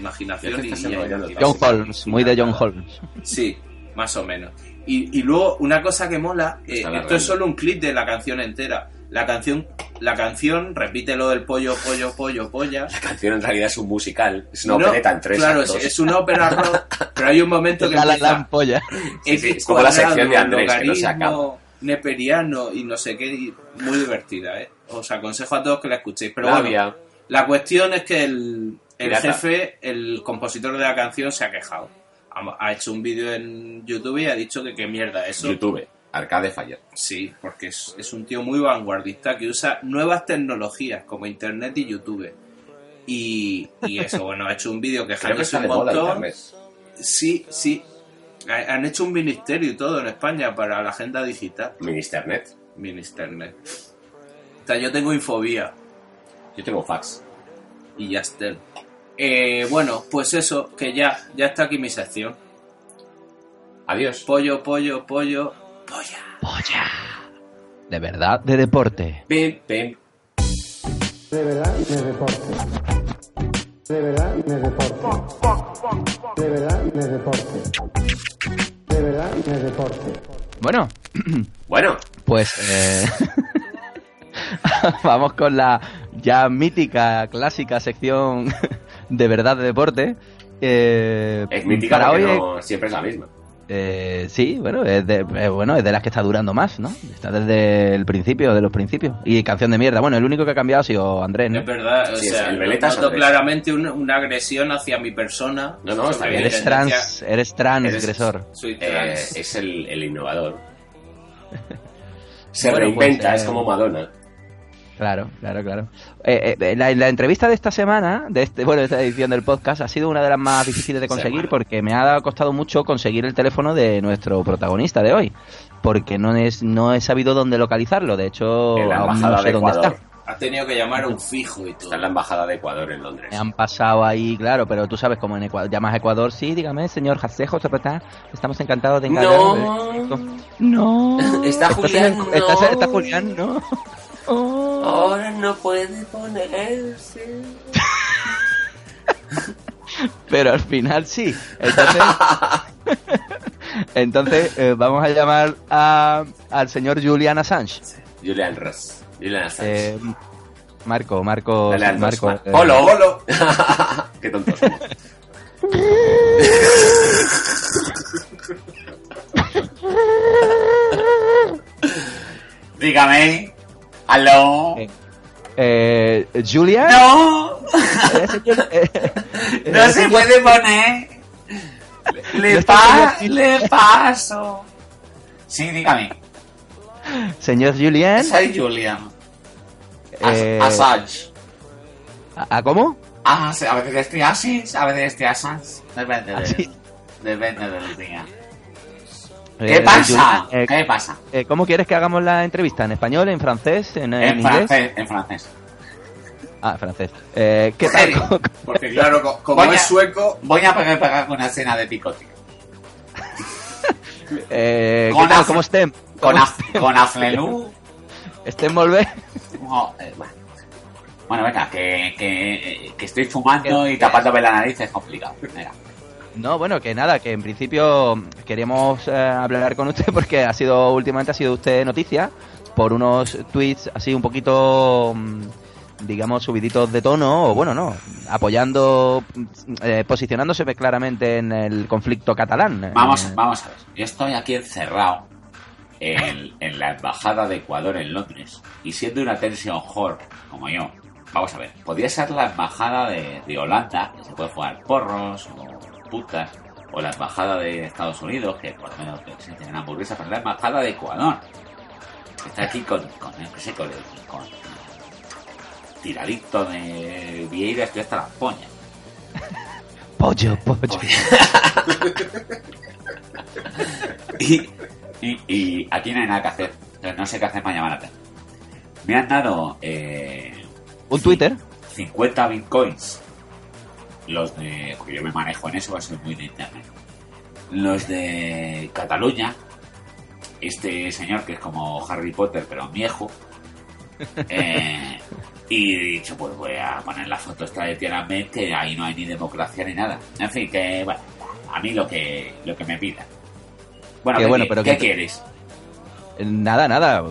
[SPEAKER 2] te
[SPEAKER 4] imaginación. Y,
[SPEAKER 2] estás
[SPEAKER 4] y-
[SPEAKER 2] enrollando,
[SPEAKER 4] y-
[SPEAKER 3] John Holmes, muy de John Holmes.
[SPEAKER 4] Sí, más o menos. Y, y luego, una cosa que mola, eh,
[SPEAKER 2] Está
[SPEAKER 4] esto
[SPEAKER 2] alargando.
[SPEAKER 4] es solo un clip de la canción entera. La canción, la canción, repite lo del pollo, pollo, pollo, polla.
[SPEAKER 2] La canción en realidad es un musical, es una
[SPEAKER 4] No,
[SPEAKER 2] opereta en tres
[SPEAKER 4] Claro,
[SPEAKER 2] actos.
[SPEAKER 4] es, es una ópera rock, pero hay
[SPEAKER 2] [laughs]
[SPEAKER 4] un momento que
[SPEAKER 3] La la
[SPEAKER 4] empieza-
[SPEAKER 3] la polla.
[SPEAKER 2] Sí,
[SPEAKER 4] X
[SPEAKER 2] sí, es como la sección de
[SPEAKER 4] cuadrado,
[SPEAKER 2] Andrés, que no se acaba.
[SPEAKER 4] logaritmo, neperiano y no sé qué, y muy divertida, ¿eh? Os aconsejo a todos que la escuchéis. Pero
[SPEAKER 2] La
[SPEAKER 4] bueno,
[SPEAKER 2] había.
[SPEAKER 4] la cuestión es que el, el
[SPEAKER 2] Pirata.
[SPEAKER 4] jefe, el compositor de la canción, se ha quejado. Ha, ha hecho un vídeo en YouTube y ha dicho que qué mierda eso.
[SPEAKER 2] YouTube, Arcade Fire.
[SPEAKER 4] Sí, porque es, es un tío muy vanguardista que usa nuevas tecnologías como Internet y YouTube. Y, y eso, bueno, ha hecho un vídeo
[SPEAKER 2] [laughs] Creo que
[SPEAKER 4] quejándose
[SPEAKER 2] está
[SPEAKER 4] un
[SPEAKER 2] de moda
[SPEAKER 4] montón.
[SPEAKER 2] internet.
[SPEAKER 4] Sí, sí. Ha- Han hecho un ministerio y todo en España para la agenda digital.
[SPEAKER 2] Ministernet.
[SPEAKER 4] Ministernet. O sea, yo tengo infobía
[SPEAKER 2] Yo tengo fax.
[SPEAKER 4] y ya está. Eh, bueno, pues eso, que ya, ya está aquí mi sección.
[SPEAKER 2] Adiós.
[SPEAKER 4] Pollo, pollo, pollo, polla.
[SPEAKER 3] De verdad, de deporte.
[SPEAKER 2] Pim, pim.
[SPEAKER 11] De verdad, de deporte. De verdad, de deporte. De verdad, de deporte. De verdad, de deporte.
[SPEAKER 3] Bueno,
[SPEAKER 2] Bueno,
[SPEAKER 3] pues eh, [laughs] vamos con la ya mítica, clásica sección [laughs] de verdad de deporte. Eh,
[SPEAKER 2] es mítica
[SPEAKER 3] para hoy
[SPEAKER 2] porque
[SPEAKER 3] es-
[SPEAKER 2] no siempre es la misma.
[SPEAKER 3] Eh, sí, bueno es, de, eh, bueno, es de las que está durando más, ¿no? Está desde el principio, de los principios. Y canción de mierda. Bueno, el único que ha cambiado ha sido Andrés, ¿no?
[SPEAKER 4] Es verdad, o
[SPEAKER 2] Sí,
[SPEAKER 4] sea,
[SPEAKER 2] es el veleta
[SPEAKER 4] noto
[SPEAKER 2] sonrisa.
[SPEAKER 4] claramente un- una agresión hacia mi persona.
[SPEAKER 2] No, no, está bien.
[SPEAKER 4] Sobre mi
[SPEAKER 3] Eres
[SPEAKER 4] tendencia-
[SPEAKER 3] trans, eres transgresor.
[SPEAKER 4] Soy
[SPEAKER 2] Eh,
[SPEAKER 4] trans.
[SPEAKER 2] es el, el innovador. Se
[SPEAKER 3] Bueno, pues,
[SPEAKER 2] reinventa,
[SPEAKER 3] eh,
[SPEAKER 2] es como Madonna.
[SPEAKER 3] Claro, claro, claro. Eh, eh, la, la entrevista de esta semana, de este, [laughs] bueno, de esta edición del podcast, ha sido una de las más difíciles de conseguir
[SPEAKER 2] Semana.
[SPEAKER 3] porque me ha costado mucho conseguir el teléfono de nuestro protagonista de hoy. Porque no, es, no he sabido dónde localizarlo. De hecho,
[SPEAKER 2] En la
[SPEAKER 3] aún
[SPEAKER 2] embajada
[SPEAKER 3] oh, no sé
[SPEAKER 2] de
[SPEAKER 3] dónde
[SPEAKER 2] Ecuador.
[SPEAKER 3] está.
[SPEAKER 4] Has tenido que llamar a un fijo y todo.
[SPEAKER 2] Está en la embajada de Ecuador en Londres.
[SPEAKER 3] Me han pasado ahí, claro, pero tú sabes, como en Ecuador, llamas a Ecuador, sí, dígame, señor Jacejo, ta, ta, ta, estamos encantados de encargarnos de- [laughs] No.
[SPEAKER 2] Está
[SPEAKER 3] ¿Estás
[SPEAKER 2] Julián,
[SPEAKER 3] en- estás-
[SPEAKER 2] no.
[SPEAKER 3] está Julián, no.
[SPEAKER 10] Oh.
[SPEAKER 2] Ahora no puede ponerse.
[SPEAKER 3] Pero al final sí. Entonces, [laughs] entonces eh, vamos a llamar a- al señor Julian Assange.
[SPEAKER 2] Julian Ross. Julian Assange.
[SPEAKER 3] Eh, Marco, Marco,
[SPEAKER 2] Dale al
[SPEAKER 3] Marco.
[SPEAKER 2] dos.
[SPEAKER 3] eh,
[SPEAKER 2] Polo, Polo. [laughs] Qué tontos somos.
[SPEAKER 10] Dígame. ¿Aló?
[SPEAKER 3] Eh, eh, Julian.
[SPEAKER 10] No,
[SPEAKER 3] eh, señor, eh, eh,
[SPEAKER 10] no se
[SPEAKER 3] señor-
[SPEAKER 10] puede poner. Le,
[SPEAKER 3] No se
[SPEAKER 10] pa-
[SPEAKER 3] puede
[SPEAKER 10] le paso. Sí, dígame.
[SPEAKER 3] Señor Julian.
[SPEAKER 10] Soy Julian. As-
[SPEAKER 3] eh,
[SPEAKER 10] Assange.
[SPEAKER 3] ¿A a cómo?
[SPEAKER 10] Ah, sí, a veces estoy Assange, a veces estoy Assange. Depende, del-
[SPEAKER 3] Así.
[SPEAKER 10] depende del día.
[SPEAKER 3] Eh,
[SPEAKER 10] ¿Qué pasa?
[SPEAKER 3] Julián, eh,
[SPEAKER 10] ¿Qué pasa?
[SPEAKER 3] eh, ¿Cómo quieres que hagamos la entrevista? ¿En español? ¿En francés? ¿En, en
[SPEAKER 10] En
[SPEAKER 3] inglés?
[SPEAKER 10] francés, en francés.
[SPEAKER 3] Ah, francés. Eh, ¿Qué tal?
[SPEAKER 10] Sí.
[SPEAKER 3] ¿Cómo-
[SPEAKER 4] Porque claro, co- como
[SPEAKER 10] Coña.
[SPEAKER 4] es sueco,
[SPEAKER 10] Voy a pegar, pegar con una escena de picote.
[SPEAKER 3] [laughs] eh, ¿Qué
[SPEAKER 10] Con
[SPEAKER 3] tal?
[SPEAKER 10] af-
[SPEAKER 3] ¿Cómo estem?
[SPEAKER 10] Con,
[SPEAKER 3] ¿Cómo
[SPEAKER 10] af, con aflelu.
[SPEAKER 3] estem molt bé?
[SPEAKER 10] Oh, eh, bueno. Bueno, venga, que, que, eh, que estoy fumando y tapándome la nariz es complicado. Venga.
[SPEAKER 3] [laughs] No, bueno, que nada, que en principio queríamos eh, hablar con usted [laughs] porque ha sido, últimamente ha sido usted noticia por unos tweets así un poquito, mm, digamos, subiditos de tono, o bueno, no, apoyando, mm, eh, posicionándose claramente en el conflicto catalán. Eh,
[SPEAKER 10] Vamos, vamos a ver. Yo estoy aquí encerrado en, en la embajada de Ecuador en Londres y siendo una tensión whore como yo, Vamos a ver, podría ser la embajada de, de Holanda, que se puede jugar porros o putas, o la embajada de Estados Unidos, que por lo menos se tienen hamburguesas, pero la embajada de Ecuador, que está aquí con, con, yo qué sé, con, el- con tiradito de Vieira, estoy hasta las poñas.
[SPEAKER 3] Pollo, pollo.
[SPEAKER 10] y, y- y aquí no hay nada que hacer. Entonces, no sé qué hacer para llamar a Pep. Me han dado eh,
[SPEAKER 3] ¿Un Twitter?
[SPEAKER 10] 50 bitcoins. Los de. Porque yo me manejo en eso, soy muy de internet. Los de Cataluña. Este señor que es como Harry Potter, pero viejo. eh, y he dicho, pues voy a poner la foto esta de Tiananmen, que ahí no hay ni democracia ni nada. En fin, que bueno, a mí lo que, lo que me pida. Bueno,
[SPEAKER 3] Que
[SPEAKER 10] ¿qué,
[SPEAKER 3] bueno,
[SPEAKER 10] qui-
[SPEAKER 3] pero
[SPEAKER 10] qué
[SPEAKER 3] que-
[SPEAKER 10] quieres?
[SPEAKER 3] Nada, nada.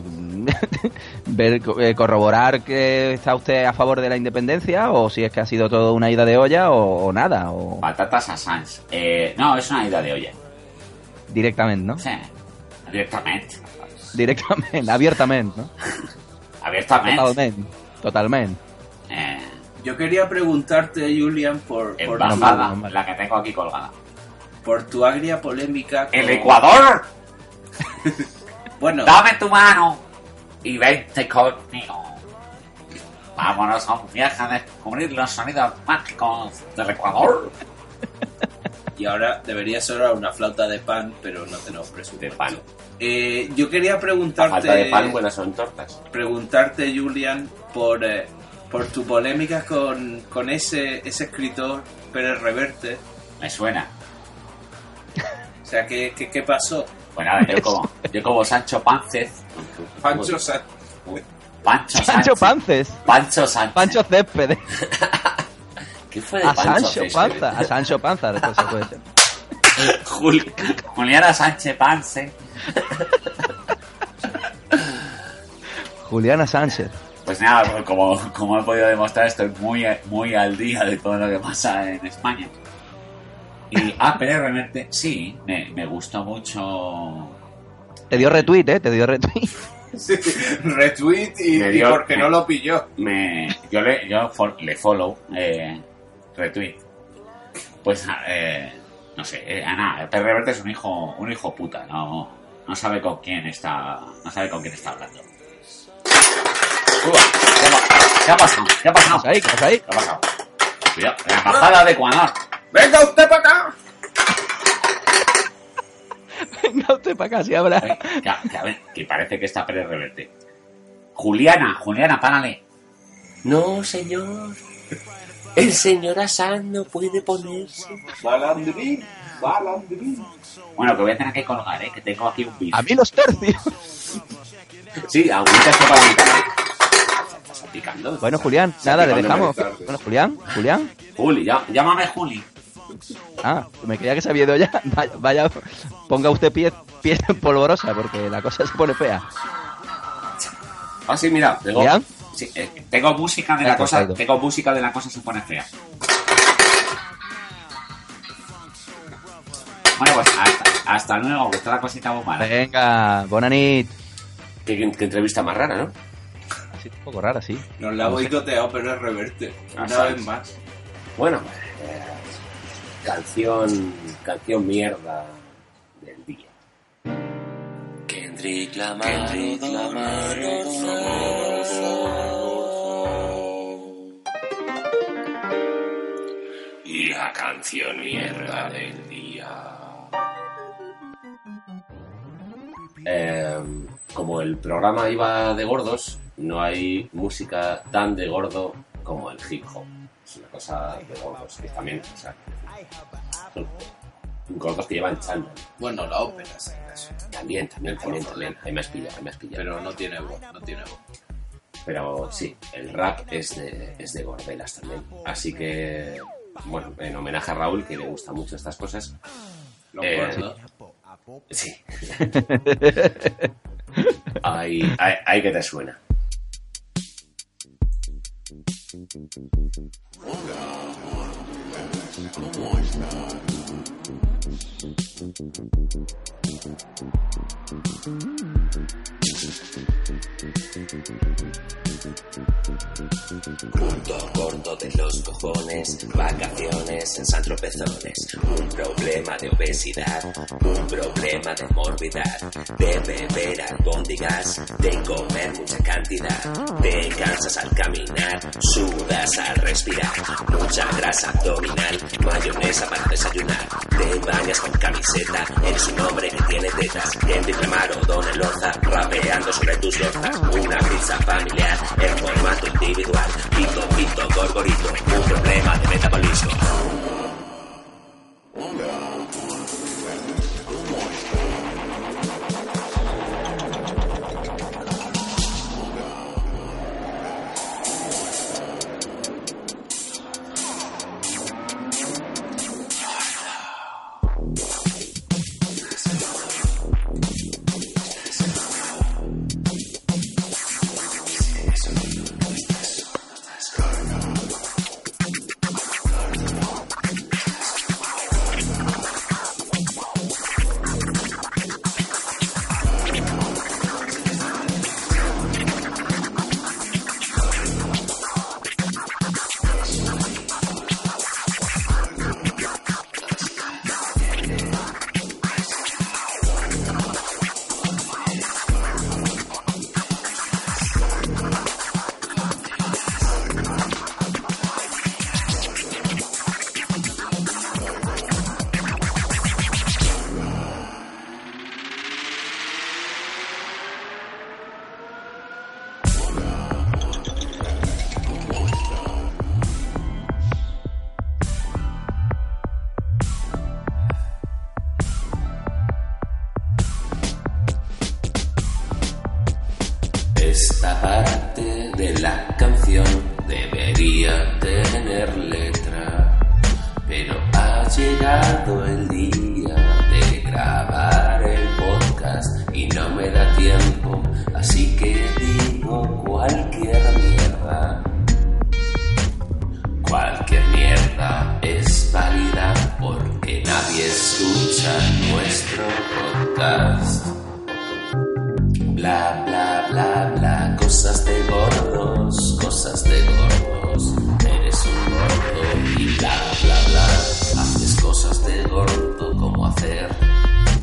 [SPEAKER 3] [laughs] Ver, co- eh, corroborar que está usted a favor de la independencia o si es que ha sido todo una ida de olla o, o nada. O
[SPEAKER 10] Patatas a Sans. Eh, no, es una idea de olla.
[SPEAKER 3] directamente, ¿no? [laughs]
[SPEAKER 10] Sí, abiertamente.
[SPEAKER 3] Directamente, abiertamente, ¿no?
[SPEAKER 10] Abiertamente.
[SPEAKER 3] Totalmente. Totalmente.
[SPEAKER 10] Eh,
[SPEAKER 4] Yo quería preguntarte, Julian, por, por,
[SPEAKER 10] embajada, la que tengo aquí colgada.
[SPEAKER 4] por tu agria polémica.
[SPEAKER 10] ¡El
[SPEAKER 4] con-
[SPEAKER 10] Ecuador!
[SPEAKER 4] Bueno,
[SPEAKER 10] ¡Dame tu mano! Y vente conmigo. Vámonos a un viaje a descubrir los sonidos mágicos del Ecuador.
[SPEAKER 4] y ahora debería sonar una flauta de pan, pero no tenemos presupuesto. Eh, yo quería preguntarte.
[SPEAKER 2] Falta de pan, buenas son tortas.
[SPEAKER 4] preguntarte, Julian, por, eh, por tu polémica con, con ese, ese escritor Pérez Reverte.
[SPEAKER 10] Me suena.
[SPEAKER 4] O sea, ¿qué, qué, qué pasó?
[SPEAKER 10] Pues nada,
[SPEAKER 3] [laughs]
[SPEAKER 10] yo como, yo como Sancho Pánchez.
[SPEAKER 4] Pancho Sa-
[SPEAKER 10] Pancho
[SPEAKER 3] Pancho
[SPEAKER 10] Sánchez.
[SPEAKER 3] Pances.
[SPEAKER 10] Pancho Sánchez.
[SPEAKER 3] Pancho Céspedes.
[SPEAKER 10] ¿Qué fue de
[SPEAKER 3] A
[SPEAKER 10] Pancho
[SPEAKER 3] Sancho
[SPEAKER 10] Céspedes?
[SPEAKER 3] Panza. A Sancho Panza, después se puede ser.
[SPEAKER 10] [laughs] Jul- Juliana Sánchez Pance.
[SPEAKER 3] Juliana Sánchez.
[SPEAKER 10] Pues nada, pues como, como he podido demostrar, estoy muy, muy al día de todo lo que pasa en España. Y, ah, pero realmente, sí, me, me gustó mucho.
[SPEAKER 3] Te dio retweet, ¿eh? Te dio retweet.
[SPEAKER 4] [laughs] Retweet y,
[SPEAKER 10] Me
[SPEAKER 4] y
[SPEAKER 10] dio-
[SPEAKER 4] porque no lo pilló.
[SPEAKER 10] Me, yo le, yo fo- le follow, eh, retweet. Pues, eh, no sé, eh, nada, Pérez Reverte es un hijo, un hijo puta, no, no sabe con quién está, no sabe con quién está hablando. Uah, ¿qué ha- ¿Qué ha pasado? ¿Qué ha pasado?
[SPEAKER 3] Pues Ahí, ahí. [laughs]
[SPEAKER 10] ¿Qué ha pasado? Cuidado, la embajada de Ecuador.
[SPEAKER 4] ¡Venga usted para acá!
[SPEAKER 3] Venga usted para acá, si habrá.
[SPEAKER 10] Oye, que, que a ver, que parece que está Pérez Reverte. Juliana, Juliana, párale.
[SPEAKER 2] No, señor. El señor Asán no puede ponerse.
[SPEAKER 4] Balandrín, balandrín.
[SPEAKER 10] Bueno, que voy a tener que colgar, ¿eh? que tengo aquí un bife.
[SPEAKER 3] A mí los tercios.
[SPEAKER 10] Sí, agüita está para mi cara. Estás picando.
[SPEAKER 3] Bueno, Julián, nada, le
[SPEAKER 2] picando varias
[SPEAKER 3] dejamos.
[SPEAKER 10] pues.
[SPEAKER 2] tardes.
[SPEAKER 3] Bueno, Julián, Julián.
[SPEAKER 10] Juli, ya- llámame Juli.
[SPEAKER 3] Ah, me creía que se había ido ya. [laughs] Vaya, vaya, ponga usted pie, pie [laughs] polvorosa porque la cosa se pone fea.
[SPEAKER 10] Ah, sí, mira, tengo,
[SPEAKER 3] ¿Ya?
[SPEAKER 10] sí, eh, tengo música de
[SPEAKER 3] Ya
[SPEAKER 10] la
[SPEAKER 3] te has
[SPEAKER 10] cosa,
[SPEAKER 3] ido.
[SPEAKER 10] tengo música de la cosa se pone fea. Bueno, pues hasta, hasta luego, que está la cosita muy mala.
[SPEAKER 3] Venga, Bonanit.
[SPEAKER 2] Qué, qué entrevista más rara, ¿no?
[SPEAKER 3] Así un poco rara, sí.
[SPEAKER 4] Nos la ha boicoteado Pérez Reverte.
[SPEAKER 10] Ah,
[SPEAKER 4] Una
[SPEAKER 10] sabes.
[SPEAKER 4] vez más.
[SPEAKER 2] Bueno, eh, canción, canción mierda del día.
[SPEAKER 5] Kendrick Lamar, Kendrick Lamar,
[SPEAKER 1] Y la canción mierda del día.
[SPEAKER 2] Eh, como el programa iba de gordos, no hay música tan de gordo como el hip hop. Es una cosa de gordos, que también, o sea, son gordos que llevan chándal.
[SPEAKER 4] Bueno, la ópera, sí, eso.
[SPEAKER 2] También, también, también, también. Ahí me has pillado, ahí me has pillado. Pero,
[SPEAKER 4] pero no tiene voz, no tiene voz.
[SPEAKER 2] sí, el rap es de, es de gordelas también. Así que, bueno, en homenaje a Raúl, que le gustan mucho estas cosas,
[SPEAKER 4] Los
[SPEAKER 2] Eh,
[SPEAKER 4] gordos.
[SPEAKER 2] sí. Ahí, ahí- ahí que te suena.
[SPEAKER 10] Corto, corto de los cojones, vacaciones en San Tropezones. Un problema de obesidad, un problema de morbidad, de beber albóndigas, de comer mucha cantidad, te cansas al caminar, sudas al respirar, mucha grasa abdominal, mayonesa para desayunar, te bañas con camiseta, es un hombre que tiene tetas, Henry o Don Eloza, rapeando sobre tus lorzas, una pizza familiar en formato individual, pito, pito, gorgorito, un problema de metabolismo. Esta parte de la canción debería tener letra, pero ha llegado el día de grabar el podcast y no me da tiempo, así que digo cualquier mierda. Cualquier mierda es válida porque nadie escucha nuestro podcast. Bla, bla, bla, bla, cosas de gordos, cosas de gordos. Eres un gordo y bla, bla, bla. Haces cosas de gordo como hacer,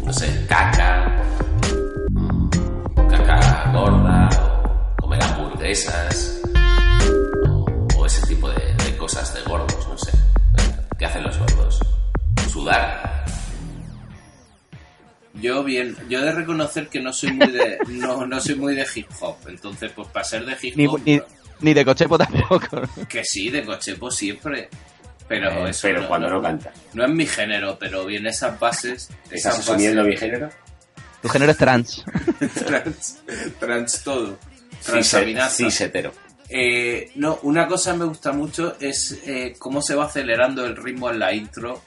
[SPEAKER 10] no sé, caca, mm, caca gorda, o comer hamburguesas, Mm, o, o ese tipo de, de cosas de gordos, no sé. ¿Qué hacen los gordos? Sudar.
[SPEAKER 4] Yo bien, yo he de reconocer que no soy muy de, no, no soy muy de hip hop, entonces pues para ser de hip
[SPEAKER 3] Ni,
[SPEAKER 4] hop,
[SPEAKER 3] ni- ni de cochepo tampoco. [laughs]
[SPEAKER 4] que sí, de cochepo siempre, pero
[SPEAKER 2] Eh,
[SPEAKER 4] eso
[SPEAKER 2] pero cuando no canta.
[SPEAKER 4] no es mi género, pero bien esas bases,
[SPEAKER 2] ¿Estás
[SPEAKER 4] esas
[SPEAKER 2] asumiendo mi
[SPEAKER 4] bases-
[SPEAKER 2] género?
[SPEAKER 3] Tu género es trans.
[SPEAKER 4] [laughs] trans, trans todo,
[SPEAKER 2] Cise-
[SPEAKER 4] transaminaza.
[SPEAKER 2] Cisetero.
[SPEAKER 4] Eh, no, una cosa me gusta mucho es eh, cómo se va acelerando el ritmo en la intro.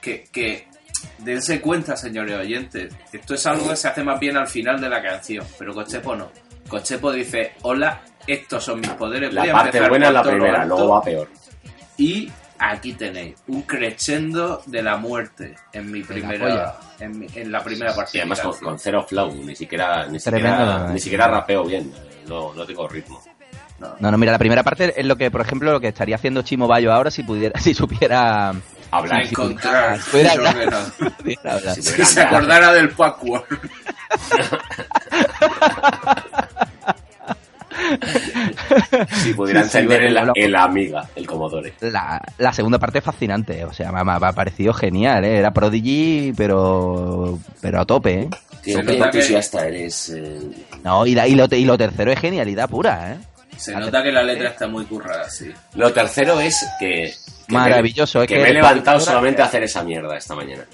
[SPEAKER 4] Que, que dense cuenta, señores oyentes, esto es algo que se hace más bien al final de la canción, pero Cochepo no. Cochepo dice, hola, estos son mis poderes. voy
[SPEAKER 2] La
[SPEAKER 4] a
[SPEAKER 2] parte
[SPEAKER 4] empezar
[SPEAKER 2] buena es
[SPEAKER 4] por
[SPEAKER 2] la
[SPEAKER 4] todo lo
[SPEAKER 2] primera,
[SPEAKER 4] alto".
[SPEAKER 2] luego va peor.
[SPEAKER 4] Y aquí tenéis un crescendo de la muerte en mi primera, en, mi- en la primera
[SPEAKER 2] Y
[SPEAKER 4] partida.
[SPEAKER 2] además con, con cero flow, ni siquiera, ni siquiera,
[SPEAKER 3] Tremendo.
[SPEAKER 2] ni siquiera rapeo bien, no, no tengo ritmo.
[SPEAKER 3] No, no, mira, la primera parte es lo que, por ejemplo, lo que estaría haciendo Chimo Bayo ahora si pudiera, [laughs] si supiera
[SPEAKER 2] Hablar.
[SPEAKER 3] si
[SPEAKER 4] Encontrar,
[SPEAKER 3] pudiera
[SPEAKER 4] yo
[SPEAKER 3] hablar.
[SPEAKER 4] que no.
[SPEAKER 3] Pudiera hablar.
[SPEAKER 2] Si
[SPEAKER 4] [laughs] Si se acordara del Pac-World.
[SPEAKER 2] Si pudiera
[SPEAKER 3] [laughs] Sí, sí,
[SPEAKER 2] entender
[SPEAKER 3] bueno,
[SPEAKER 2] el,
[SPEAKER 3] hablo-
[SPEAKER 2] el amiga, el Commodore.
[SPEAKER 3] La, la segunda parte es fascinante, o sea, me, me ha parecido genial, ¿eh? era Prodigy, pero pero a tope, ¿eh?
[SPEAKER 2] Tío,
[SPEAKER 4] Se
[SPEAKER 2] qué
[SPEAKER 4] nota que-
[SPEAKER 2] entusiasta eres. eh.
[SPEAKER 3] No, y, la- y lo, te- y lo tercero es genialidad pura, ¿eh?
[SPEAKER 4] Se nota que la letra está muy currada, sí.
[SPEAKER 2] Lo tercero es que... que
[SPEAKER 3] Maravilloso,
[SPEAKER 2] me-
[SPEAKER 3] es
[SPEAKER 2] que,
[SPEAKER 3] que
[SPEAKER 2] me he
[SPEAKER 3] el
[SPEAKER 2] levantado
[SPEAKER 3] Pandora-
[SPEAKER 2] solamente a hacer esa mierda esta mañana.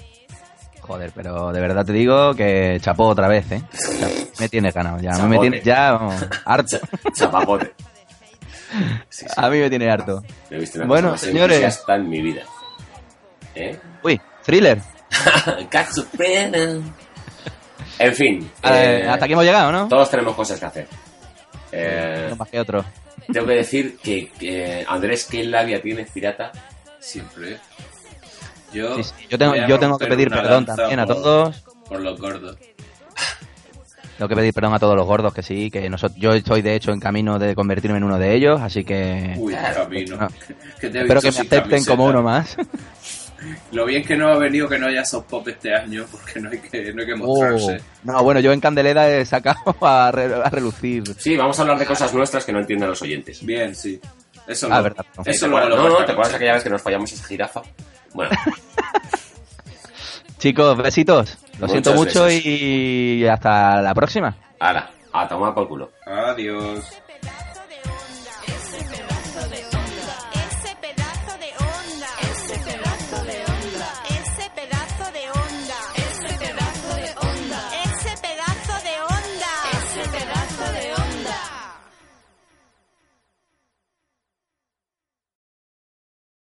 [SPEAKER 3] Joder, pero de verdad te digo que chapó otra vez, ¿eh? O sea, me tienes ganado ya, a mí me
[SPEAKER 2] Chapote.
[SPEAKER 3] tienes ya vamos, harto.
[SPEAKER 2] Chapapote. [laughs]
[SPEAKER 3] A mí me tiene harto.
[SPEAKER 2] No he visto una
[SPEAKER 3] Bueno,
[SPEAKER 2] cosa más
[SPEAKER 3] señores.
[SPEAKER 2] entusiasta en mi vida. ¿Eh?
[SPEAKER 3] Uy, thriller.
[SPEAKER 2] Cacho pena. En fin.
[SPEAKER 3] Eh,
[SPEAKER 2] eh,
[SPEAKER 3] hasta aquí hemos llegado, ¿no?
[SPEAKER 2] Todos tenemos cosas que hacer. Eh,
[SPEAKER 3] No más que otro.
[SPEAKER 2] tengo que decir que, que Andrés, ¿qué labia tienes, pirata?
[SPEAKER 4] Siempre. Yo,
[SPEAKER 3] Sí, sí, yo tengo-
[SPEAKER 4] voy a
[SPEAKER 3] yo tengo que
[SPEAKER 4] romper
[SPEAKER 3] pedir
[SPEAKER 4] una
[SPEAKER 3] perdón
[SPEAKER 4] lanza
[SPEAKER 3] también a
[SPEAKER 4] por-
[SPEAKER 3] todos.
[SPEAKER 4] Por los gordos.
[SPEAKER 3] Tengo que pedir perdón a todos los gordos que sí, que nosotros, yo estoy de hecho en camino de convertirme en uno de ellos, así que
[SPEAKER 4] Uy, camino.
[SPEAKER 3] Eh,
[SPEAKER 4] [laughs]
[SPEAKER 3] no.
[SPEAKER 4] Que te he
[SPEAKER 3] espero
[SPEAKER 4] visto
[SPEAKER 3] que me
[SPEAKER 4] sin
[SPEAKER 3] acepten como
[SPEAKER 4] camiseta.
[SPEAKER 3] uno más.
[SPEAKER 4] [laughs]
[SPEAKER 3] [laughs]
[SPEAKER 4] Lo bien que no ha venido que no haya soft pop este año, [laughs] porque no hay que, no hay que mostrarse.
[SPEAKER 3] Oh. No, bueno, yo en Candelera he sacado [laughs] a, re- a relucir.
[SPEAKER 2] Sí, vamos a hablar de cosas nuestras que no entienden los oyentes.
[SPEAKER 4] Bien, sí. Eso
[SPEAKER 3] Ah, verdad, no.
[SPEAKER 2] Eso
[SPEAKER 4] Eso
[SPEAKER 2] no,
[SPEAKER 4] luego lo
[SPEAKER 2] no,
[SPEAKER 4] cortamos.
[SPEAKER 2] ¿te acuerdas aquella vez que nos fallamos esa jirafa?
[SPEAKER 4] [laughs]
[SPEAKER 2] Bueno,
[SPEAKER 3] Chicos, besitos. Lo
[SPEAKER 2] Muchos
[SPEAKER 3] siento mucho
[SPEAKER 2] besos.
[SPEAKER 3] y hasta la próxima.
[SPEAKER 2] ahora, a tomar por culo.
[SPEAKER 4] Adiós.